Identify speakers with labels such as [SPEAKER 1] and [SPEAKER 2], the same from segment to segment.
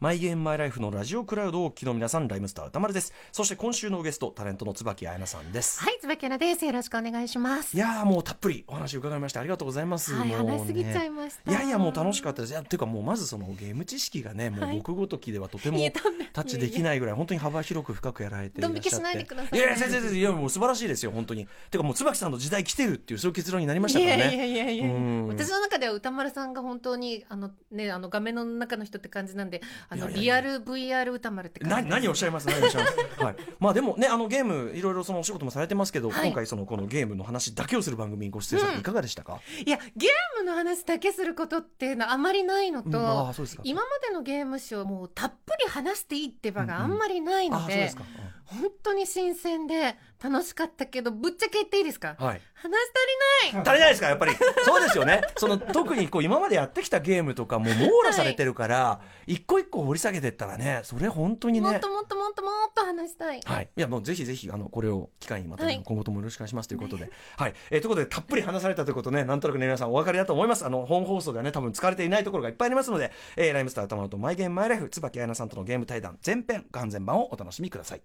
[SPEAKER 1] マイゲームマイライフのラジオクラウドをお聞きの皆さん、ライムスター歌丸です。そして今週のゲスト、タレントの椿彩菜さんです。
[SPEAKER 2] はい、椿アナです。よろしくお願いします。
[SPEAKER 1] いやーもうたっぷりお話伺いました。ありがとうございます。
[SPEAKER 2] はい、
[SPEAKER 1] もうね
[SPEAKER 2] 話しすぎちゃいました。
[SPEAKER 1] いやいやもう楽しかったです。いやていうかもうまずそのゲーム知識がね、も
[SPEAKER 2] は
[SPEAKER 1] う
[SPEAKER 2] い
[SPEAKER 1] 僕ごときではとても
[SPEAKER 2] いやとんで
[SPEAKER 1] タッチできないぐらい本当に幅広く深くやられていらっしゃって。
[SPEAKER 2] ドン引きしないでください
[SPEAKER 1] いやいや全然全然いやもう素晴らしいですよ本当に。てかもう椿さんの時代来てるっていうそういう結論になりましたから
[SPEAKER 2] いや
[SPEAKER 1] ね。
[SPEAKER 2] いやいやいや
[SPEAKER 1] うん
[SPEAKER 2] 私の中では歌丸さんが本当にあのねあの画面の中の人って感じなんであ
[SPEAKER 1] い
[SPEAKER 2] の
[SPEAKER 1] やいやいや
[SPEAKER 2] リアル VR 歌丸って感じ
[SPEAKER 1] な何をおっしゃいます何をおっしゃいます。はい。 まあでもねあのゲームいろいろそのお仕事もされてますけど、
[SPEAKER 2] はい
[SPEAKER 1] 今回そのこのゲームの話だけをする番組にご出演されていかがでしたか。
[SPEAKER 2] いやゲームの話だけすることっていうのはあまりないのと、
[SPEAKER 1] うんああそうですか。
[SPEAKER 2] 今までのゲーム史をもうたっぷり話していいって場があんまりない
[SPEAKER 1] ああ
[SPEAKER 2] の
[SPEAKER 1] そう
[SPEAKER 2] で,、
[SPEAKER 1] ですか。う
[SPEAKER 2] 本当に新鮮で楽しかったけどぶっちゃけ言っていいですか
[SPEAKER 1] んはい。
[SPEAKER 2] 話足りない
[SPEAKER 1] 足りないですかやっぱり そうですよねその特にこう今までやってきたゲームとかも網羅されてるから、一個一個掘り下げてったらねそれ本当に
[SPEAKER 2] もっ
[SPEAKER 1] ね
[SPEAKER 2] ともっともっともっと話したい、
[SPEAKER 1] はい、いやもうぜひぜひあのこれを機会にまた、ね
[SPEAKER 2] はい
[SPEAKER 1] 今後ともよろしくお願いしますということで、はいえーということでたっぷり話されたということねなんとなくね皆さんお分かりだと思いますあの本放送ではね多分疲れていないところがいっぱいありますので、えーライムスター頭とマイゲームマイライフ椿彩菜さんとのゲーム対談前編完全版をお楽しみください。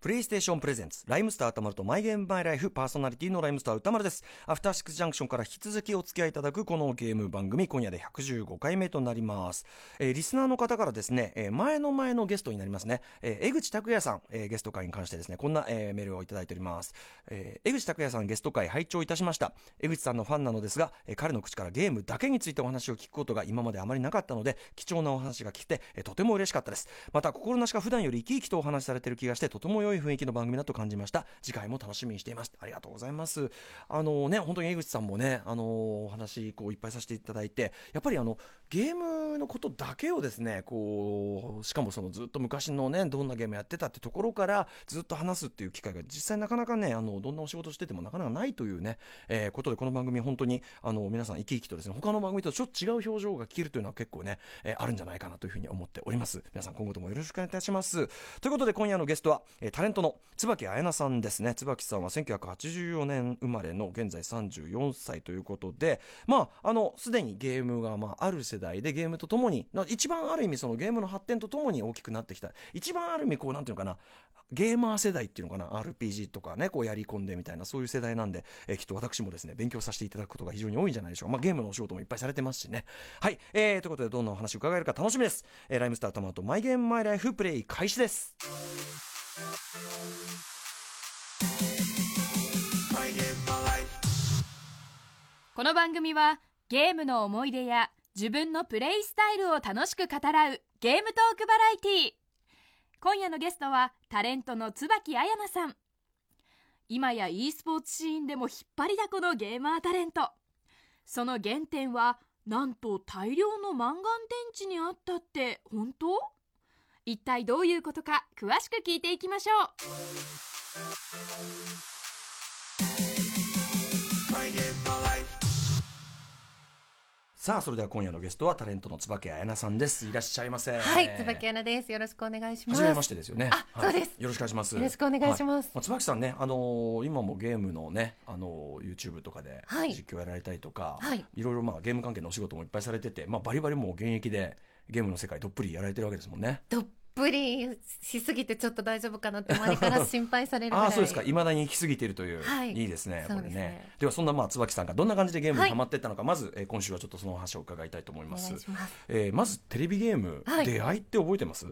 [SPEAKER 1] プレイステーションプレゼンツ、ライムスター歌丸とマイゲームマイライフパーソナリティのライムスター歌丸です。アフターシックスジャンクションから引き続きお付き合いいただくこのゲーム番組、今夜で115回目となります。えーリスナーの方からですね、えー前の前のゲストになりますね、えー江口拓也さん、えーゲスト会に関してですね、こんな、えーメールをいただいております。えー江口拓也さんゲスト会拝聴いたしました。江口さんのファンなのですが、えー彼の口からゲームだけについてお話を聞くことが今まであまりなかったので、貴重なお話が聞けて、えーとても嬉しかったです。また、心なしか普段より生き生きとお話しされている気がして、とても良い雰囲気の番組だと感じました。次回も楽しみにしています。ありがとうございます。あのね、本当に江口さんもね、あのお話、こう、いっぱいさせていただいて、やっぱりあの、ゲームのことだけをですね、こう、しかもそのずっと昔のね、どんなゲームやってたってところから、ずっと話すっていう機会が実際なかなかね、あの、どんなお仕事しててもなかなかないというね、えーことでこの番組本当に、あの、皆さん生き生きとですね、他の番組とちょっと違う表情が聞けるというのは結構ね、えーあるんじゃないかなというふうに思っております。皆さん今後ともよろしくお願いいたします。ということで今夜のゲストは、えータレントの椿彩菜さんですね。椿さんは1984年生まれの現在34歳ということで、まあ、あの、すでにゲームが、まあ、ある世代でゲームとともに、な一番ある意味そのゲームの発展とともに大きくなってきた。一番ある意味こう、なんていうのかな、ゲーマー世代っていうのかな、RPG とかね、こうやり込んでみたいな、そういう世代なんで、えーきっと私もですね、勉強させていただくことが非常に多いんじゃないでしょうか。まあ、ゲームのお仕事もいっぱいされてますしね。はい。えー、ということで、どんなお話を伺えるか楽しみです。えーライムスター頭とマイゲームマイライフプレイ開始です。
[SPEAKER 3] この番組はゲームの思い出や自分のプレイスタイルを楽しく語らうゲームトークバラエティー今夜のゲストはタレントの椿彩菜さん今や e スポーツシーンでも引っ張りだこのゲーマータレントその原点はなんと大量のマンガン電池にあったって本当一体どういうことか詳しく聞いていきましょう
[SPEAKER 1] さあ、それでは今夜のゲストはタレントの椿彩菜さんです。いらっしゃいませ。
[SPEAKER 2] はい、椿アナです。よろしくお願いしま
[SPEAKER 1] は
[SPEAKER 2] す。
[SPEAKER 1] じめましてですよね。
[SPEAKER 2] あそうです
[SPEAKER 1] よろしくお願いします。
[SPEAKER 2] よろしくお願いし
[SPEAKER 1] は
[SPEAKER 2] ます。
[SPEAKER 1] まあ、椿さんね、あのー今もゲームのね、あのー YouTube とかで
[SPEAKER 2] はい
[SPEAKER 1] 実況やられたりとか、
[SPEAKER 2] はい
[SPEAKER 1] いろいろまあゲーム関係のお仕事もいっぱいされてて、まあ、バリバリもう現役でゲームの世界どっぷりやられてるわけですもんね。
[SPEAKER 2] どっぷりしすぎてちょっと大丈夫かなって周りから心配されるぐらい。
[SPEAKER 1] ああそうですか。未だに行き過ぎているという、、
[SPEAKER 2] はいい
[SPEAKER 1] いですねこ
[SPEAKER 2] そう
[SPEAKER 1] れ
[SPEAKER 2] で
[SPEAKER 1] ね
[SPEAKER 2] す
[SPEAKER 1] で
[SPEAKER 2] ね
[SPEAKER 1] はそんなまあ椿さんがどんな感じでゲームに
[SPEAKER 2] はい
[SPEAKER 1] ハマっていったのか、まず、えー今週はちょっとそのお話を伺いたいと思い
[SPEAKER 2] お
[SPEAKER 1] ま
[SPEAKER 2] 願
[SPEAKER 1] す
[SPEAKER 2] いします。
[SPEAKER 1] えーまずテレビゲーム、
[SPEAKER 2] はい
[SPEAKER 1] 出会いって覚えてます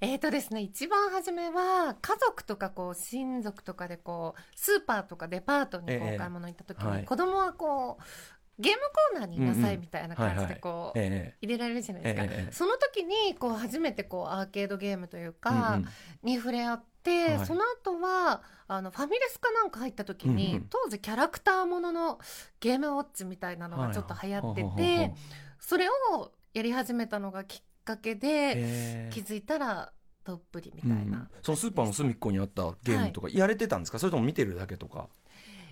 [SPEAKER 2] えーとですね、一番初めは家族とかこう親族とかでこうスーパーとかデパートにこう
[SPEAKER 1] ええ
[SPEAKER 2] お買い物行った時
[SPEAKER 1] はい
[SPEAKER 2] に子供はこうゲームコーナーにいなさいみたいな感じでこう
[SPEAKER 1] え
[SPEAKER 2] 入れられるじゃない
[SPEAKER 1] ー
[SPEAKER 2] ですか。
[SPEAKER 1] えー
[SPEAKER 2] その時にこう初めてこうアーケードゲームという
[SPEAKER 1] えー
[SPEAKER 2] か、
[SPEAKER 1] うんうん
[SPEAKER 2] に触れ合って、
[SPEAKER 1] はい
[SPEAKER 2] その後はあのファミレスかなんか入った時
[SPEAKER 1] うん
[SPEAKER 2] に、
[SPEAKER 1] うん
[SPEAKER 2] 当時キャラクターもののゲームウォッチみたいなのがちょっと流行ってて、
[SPEAKER 1] はいはい
[SPEAKER 2] それをやり始めたのがきっかけで、
[SPEAKER 1] えー
[SPEAKER 2] 気づいたらどっぷりみたいな。
[SPEAKER 1] うんそのスーパーの隅っこにあったゲームとかやれてたんですか、それとも見てるだけとか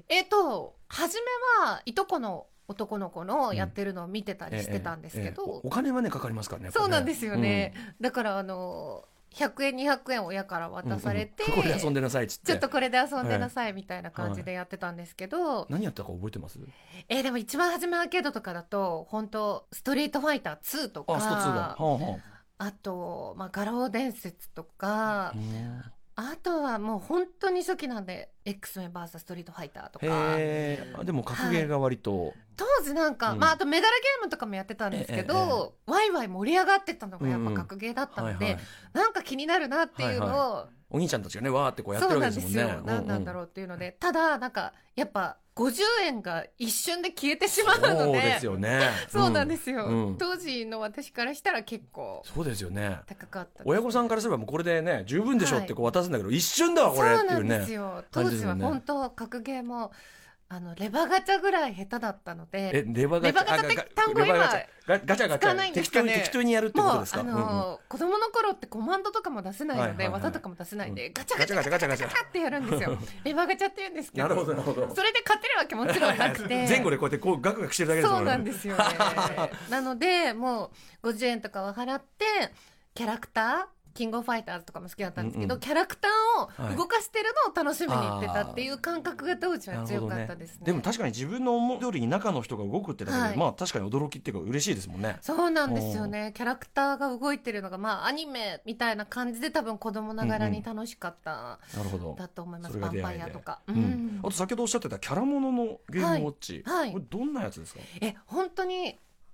[SPEAKER 2] えっ、と初めはいとこの男の子のやってるのを見てたりしてたんですけど、
[SPEAKER 1] えーえーおお金はねかかりますからね
[SPEAKER 2] そうなんですすよね、だからあの100円200円親から渡されて、
[SPEAKER 1] うんうんこれで遊んでなさいっつって
[SPEAKER 2] ちょっとこれで遊んでなさいみたいな感じでやってたんですけど、
[SPEAKER 1] 何やったか覚えてます
[SPEAKER 2] えーでも一番初めアーケードとかだと本当ストリートファイター2とか
[SPEAKER 1] あスト2だはあは
[SPEAKER 2] あと、まあ、画廊伝説とか
[SPEAKER 1] あ、うん
[SPEAKER 2] あとはもう本当に初期なんで X メンバーサストリートファイターとか
[SPEAKER 1] へえでも格ゲーが割と
[SPEAKER 2] 当時なんか、
[SPEAKER 1] うん
[SPEAKER 2] まあ、あとメダルゲームとかもやってたんですけ
[SPEAKER 1] えええ
[SPEAKER 2] ど、ワイワイ盛り上がってたのがやっぱ格ゲーだった
[SPEAKER 1] はい
[SPEAKER 2] ので、
[SPEAKER 1] はい
[SPEAKER 2] なんか気になるなっていうのを、
[SPEAKER 1] お兄ちゃんたちがねわーってこうやって
[SPEAKER 2] そ
[SPEAKER 1] る
[SPEAKER 2] う
[SPEAKER 1] わ
[SPEAKER 2] な
[SPEAKER 1] け
[SPEAKER 2] ん
[SPEAKER 1] で
[SPEAKER 2] です
[SPEAKER 1] もん
[SPEAKER 2] す
[SPEAKER 1] ね
[SPEAKER 2] よ、何なんだろうっていうのでただなんかやっぱ50円が一瞬で消えてしまうので
[SPEAKER 1] そうですよ ね
[SPEAKER 2] そうなんですよ、
[SPEAKER 1] うん
[SPEAKER 2] 当時の私からしたら結構
[SPEAKER 1] そうですよね
[SPEAKER 2] 高かったです
[SPEAKER 1] 親御さんからすればもうこれでね十分でしょってこう渡すんだけど一瞬だわこれっ
[SPEAKER 2] そう
[SPEAKER 1] てい
[SPEAKER 2] な
[SPEAKER 1] うん
[SPEAKER 2] です
[SPEAKER 1] ね
[SPEAKER 2] よ
[SPEAKER 1] 感
[SPEAKER 2] 当
[SPEAKER 1] じです
[SPEAKER 2] 時
[SPEAKER 1] よ
[SPEAKER 2] は
[SPEAKER 1] ね
[SPEAKER 2] 本当格ゲーもあのレバガチャぐらい下手だったの
[SPEAKER 1] え
[SPEAKER 2] で
[SPEAKER 1] レバガチャ
[SPEAKER 2] レバガチャって
[SPEAKER 1] あが
[SPEAKER 2] 単語
[SPEAKER 1] レバガチャガガチャガチ
[SPEAKER 2] 使わない
[SPEAKER 1] ャ
[SPEAKER 2] んで
[SPEAKER 1] 適
[SPEAKER 2] す
[SPEAKER 1] 当
[SPEAKER 2] か
[SPEAKER 1] に
[SPEAKER 2] ね
[SPEAKER 1] 適当にやるって
[SPEAKER 2] も
[SPEAKER 1] こと
[SPEAKER 2] う
[SPEAKER 1] ですか
[SPEAKER 2] あ
[SPEAKER 1] うんうん
[SPEAKER 2] の子供の頃ってコマンドとかも出せないの
[SPEAKER 1] はいはい
[SPEAKER 2] で
[SPEAKER 1] はい
[SPEAKER 2] 技とかも出せないんでガチャ
[SPEAKER 1] ガ
[SPEAKER 2] ガ
[SPEAKER 1] チ
[SPEAKER 2] チ
[SPEAKER 1] ャ
[SPEAKER 2] ャ
[SPEAKER 1] ガチ
[SPEAKER 2] ガ
[SPEAKER 1] ャ
[SPEAKER 2] チ
[SPEAKER 1] ガ
[SPEAKER 2] ャガ
[SPEAKER 1] チ
[SPEAKER 2] チ
[SPEAKER 1] ャ
[SPEAKER 2] ャ
[SPEAKER 1] ガ
[SPEAKER 2] ガ
[SPEAKER 1] チャ
[SPEAKER 2] チャってやるんですよレバガチャって言うんです け
[SPEAKER 1] な
[SPEAKER 2] ど
[SPEAKER 1] るほどなるほど
[SPEAKER 2] それで勝てるわけもちろんなく て
[SPEAKER 1] 前後でこうやってこうガクガクしてるだけです
[SPEAKER 2] そ
[SPEAKER 1] も
[SPEAKER 2] うん
[SPEAKER 1] ね
[SPEAKER 2] なんですよね なのでもう50円とかは払ってキャラクターキングオブファイターズとかも好きだったんですけ
[SPEAKER 1] うん
[SPEAKER 2] ど、
[SPEAKER 1] うん
[SPEAKER 2] キャラクタ
[SPEAKER 1] は
[SPEAKER 2] ー
[SPEAKER 1] い
[SPEAKER 2] を動かしてるのを楽しみに行ってたっていう感覚が当時
[SPEAKER 1] な
[SPEAKER 2] は
[SPEAKER 1] る
[SPEAKER 2] 強
[SPEAKER 1] ほど
[SPEAKER 2] かっ
[SPEAKER 1] ね
[SPEAKER 2] たですね。
[SPEAKER 1] でも確かに自分の思い通りに中の人が動くってだけで、
[SPEAKER 2] はい
[SPEAKER 1] まあ確かに驚きっていうか嬉しいですもんね
[SPEAKER 2] そうなんですよねキャラクターが動いてるのがまあアニメみたいな感じで多分子供ながらに楽しかった
[SPEAKER 1] なるほど
[SPEAKER 2] だと思います、
[SPEAKER 1] それ
[SPEAKER 2] ヴ
[SPEAKER 1] が
[SPEAKER 2] ァン
[SPEAKER 1] 出
[SPEAKER 2] パ
[SPEAKER 1] 会いで
[SPEAKER 2] イアとか、
[SPEAKER 1] う
[SPEAKER 2] うん
[SPEAKER 1] ん、あと先ほどおっしゃってたキャラもののゲームウォッチ、
[SPEAKER 2] はいはい
[SPEAKER 1] これどんなやつですか
[SPEAKER 2] え本当に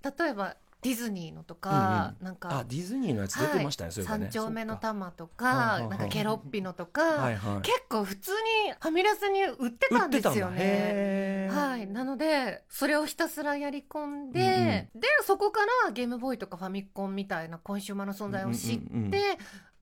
[SPEAKER 2] 例えばディズニーのとか、なんか
[SPEAKER 1] あディズニーのやつ出てましたね、そういえばね
[SPEAKER 2] 三丁目の
[SPEAKER 1] そっ
[SPEAKER 2] 玉と
[SPEAKER 1] は
[SPEAKER 2] か
[SPEAKER 1] いはいはい
[SPEAKER 2] なんかケロッピノとか、
[SPEAKER 1] かはいはい
[SPEAKER 2] 結構普通にファミレスに売ってたんですよね。
[SPEAKER 1] ね
[SPEAKER 2] はい、なのでそれをひたすらやり込んで、でそこからゲームボーイとかファミコンみたいなコンシューマーの存在を知って、
[SPEAKER 1] うんうんうん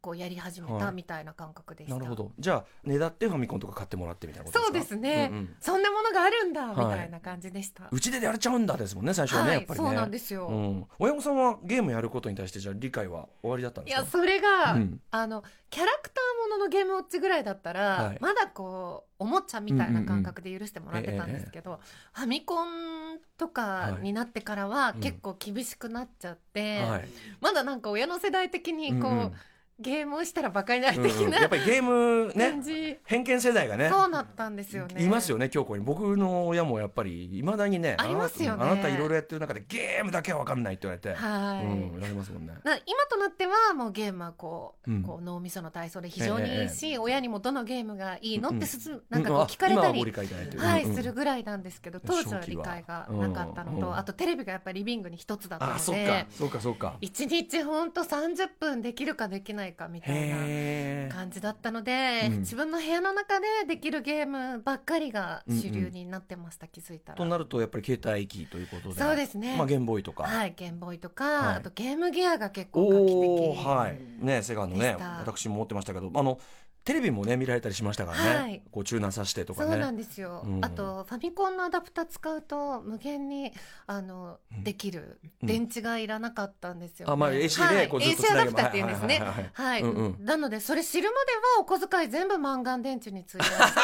[SPEAKER 2] こうやり始め
[SPEAKER 1] は
[SPEAKER 2] た
[SPEAKER 1] い
[SPEAKER 2] みたいな感覚でした。
[SPEAKER 1] なるほどじゃあねだってファミコンとか買ってもらってみたいなことです
[SPEAKER 2] そう
[SPEAKER 1] か
[SPEAKER 2] ですね、
[SPEAKER 1] うんうん
[SPEAKER 2] そんなものがあるんだ、
[SPEAKER 1] はい
[SPEAKER 2] みたいな感じでした。
[SPEAKER 1] うちでやれちゃうんだですもんね最初はね、
[SPEAKER 2] は
[SPEAKER 1] やっ
[SPEAKER 2] い、
[SPEAKER 1] ぱりね
[SPEAKER 2] そうなんですよ。
[SPEAKER 1] うん親御さんはゲームやることに対してじゃあ理解は終わりだったん
[SPEAKER 2] い
[SPEAKER 1] ですか
[SPEAKER 2] やそれが、
[SPEAKER 1] うん
[SPEAKER 2] あのキャラクターもののゲームウォッチぐらいだったら、
[SPEAKER 1] はい
[SPEAKER 2] まだこうおもちゃみたいな感覚で許してもらってたんですけど、ファミコンとかになってからは
[SPEAKER 1] うん
[SPEAKER 2] 結構厳しくなっちゃって、
[SPEAKER 1] はい
[SPEAKER 2] まだなんか親の世代的にこう、
[SPEAKER 1] うんうん
[SPEAKER 2] ゲームをしたらバカになる的
[SPEAKER 1] うんうん
[SPEAKER 2] な
[SPEAKER 1] やっぱりゲームね
[SPEAKER 2] 感じ、
[SPEAKER 1] 偏見世代がね
[SPEAKER 2] そうなったんですよね。
[SPEAKER 1] いますよ
[SPEAKER 2] ね
[SPEAKER 1] ね今日ここに僕の親もやっぱりいまだにね
[SPEAKER 2] ありますよね
[SPEAKER 1] あなたあなたいろいろやってる中でゲームだけは分かんないって言われて、
[SPEAKER 2] はい、
[SPEAKER 1] うん、言われますもんね
[SPEAKER 2] な今となってはもうゲームはこう,、
[SPEAKER 1] うん
[SPEAKER 2] こう脳みその体操で非常にいいし、親にもどのゲームがいい
[SPEAKER 1] う
[SPEAKER 2] の
[SPEAKER 1] ん
[SPEAKER 2] っ
[SPEAKER 1] うん
[SPEAKER 2] てすす、なんかこう聞かれ
[SPEAKER 1] 今
[SPEAKER 2] た
[SPEAKER 1] は
[SPEAKER 2] り
[SPEAKER 1] ご理解いただいてる
[SPEAKER 2] はい、
[SPEAKER 1] うんうん
[SPEAKER 2] するぐらいなんですけど当時は
[SPEAKER 1] 初期
[SPEAKER 2] 理
[SPEAKER 1] は
[SPEAKER 2] 解がなかったのと、
[SPEAKER 1] うん
[SPEAKER 2] あとテレビがやっぱりリビングに一つだった
[SPEAKER 1] あそ
[SPEAKER 2] の
[SPEAKER 1] っか
[SPEAKER 2] で
[SPEAKER 1] そうかそうか
[SPEAKER 2] 一日ほんと30分できるかできないかみたいな
[SPEAKER 1] へえ
[SPEAKER 2] 感じだったの
[SPEAKER 1] う
[SPEAKER 2] で、
[SPEAKER 1] ん
[SPEAKER 2] 自分の部屋の中でできるゲームばっかりが主流になってました、気づいた
[SPEAKER 1] と
[SPEAKER 2] ら。
[SPEAKER 1] なるとやっぱり携帯機ということで
[SPEAKER 2] そうですね、
[SPEAKER 1] まあゲームボーイとか、
[SPEAKER 2] はい、ゲームボーイとか、
[SPEAKER 1] はい
[SPEAKER 2] あとゲームギアが結構画期
[SPEAKER 1] おお
[SPEAKER 2] 的、
[SPEAKER 1] はいねセガの
[SPEAKER 2] で
[SPEAKER 1] ね
[SPEAKER 2] した
[SPEAKER 1] 私も持ってましたけどあのテレビもね見られたりしましたからね、
[SPEAKER 2] はい
[SPEAKER 1] こうチューナーさしてと
[SPEAKER 2] そ
[SPEAKER 1] か
[SPEAKER 2] う
[SPEAKER 1] ね
[SPEAKER 2] なんですよ、
[SPEAKER 1] うん
[SPEAKER 2] あとファミコンのアダプター使うと無限にあの、
[SPEAKER 1] うん
[SPEAKER 2] できる
[SPEAKER 1] うん
[SPEAKER 2] 電池がいらなかったんですよ、ね
[SPEAKER 1] あまあ AC でこうず
[SPEAKER 2] はい
[SPEAKER 1] っと
[SPEAKER 2] AC
[SPEAKER 1] 繋げ
[SPEAKER 2] アダプ
[SPEAKER 1] ば
[SPEAKER 2] ターっていうんです
[SPEAKER 1] はいはいはいはい
[SPEAKER 2] ねはい、
[SPEAKER 1] うんうん
[SPEAKER 2] なのでそれ知るまではお小遣い全部マンガン電池に費や して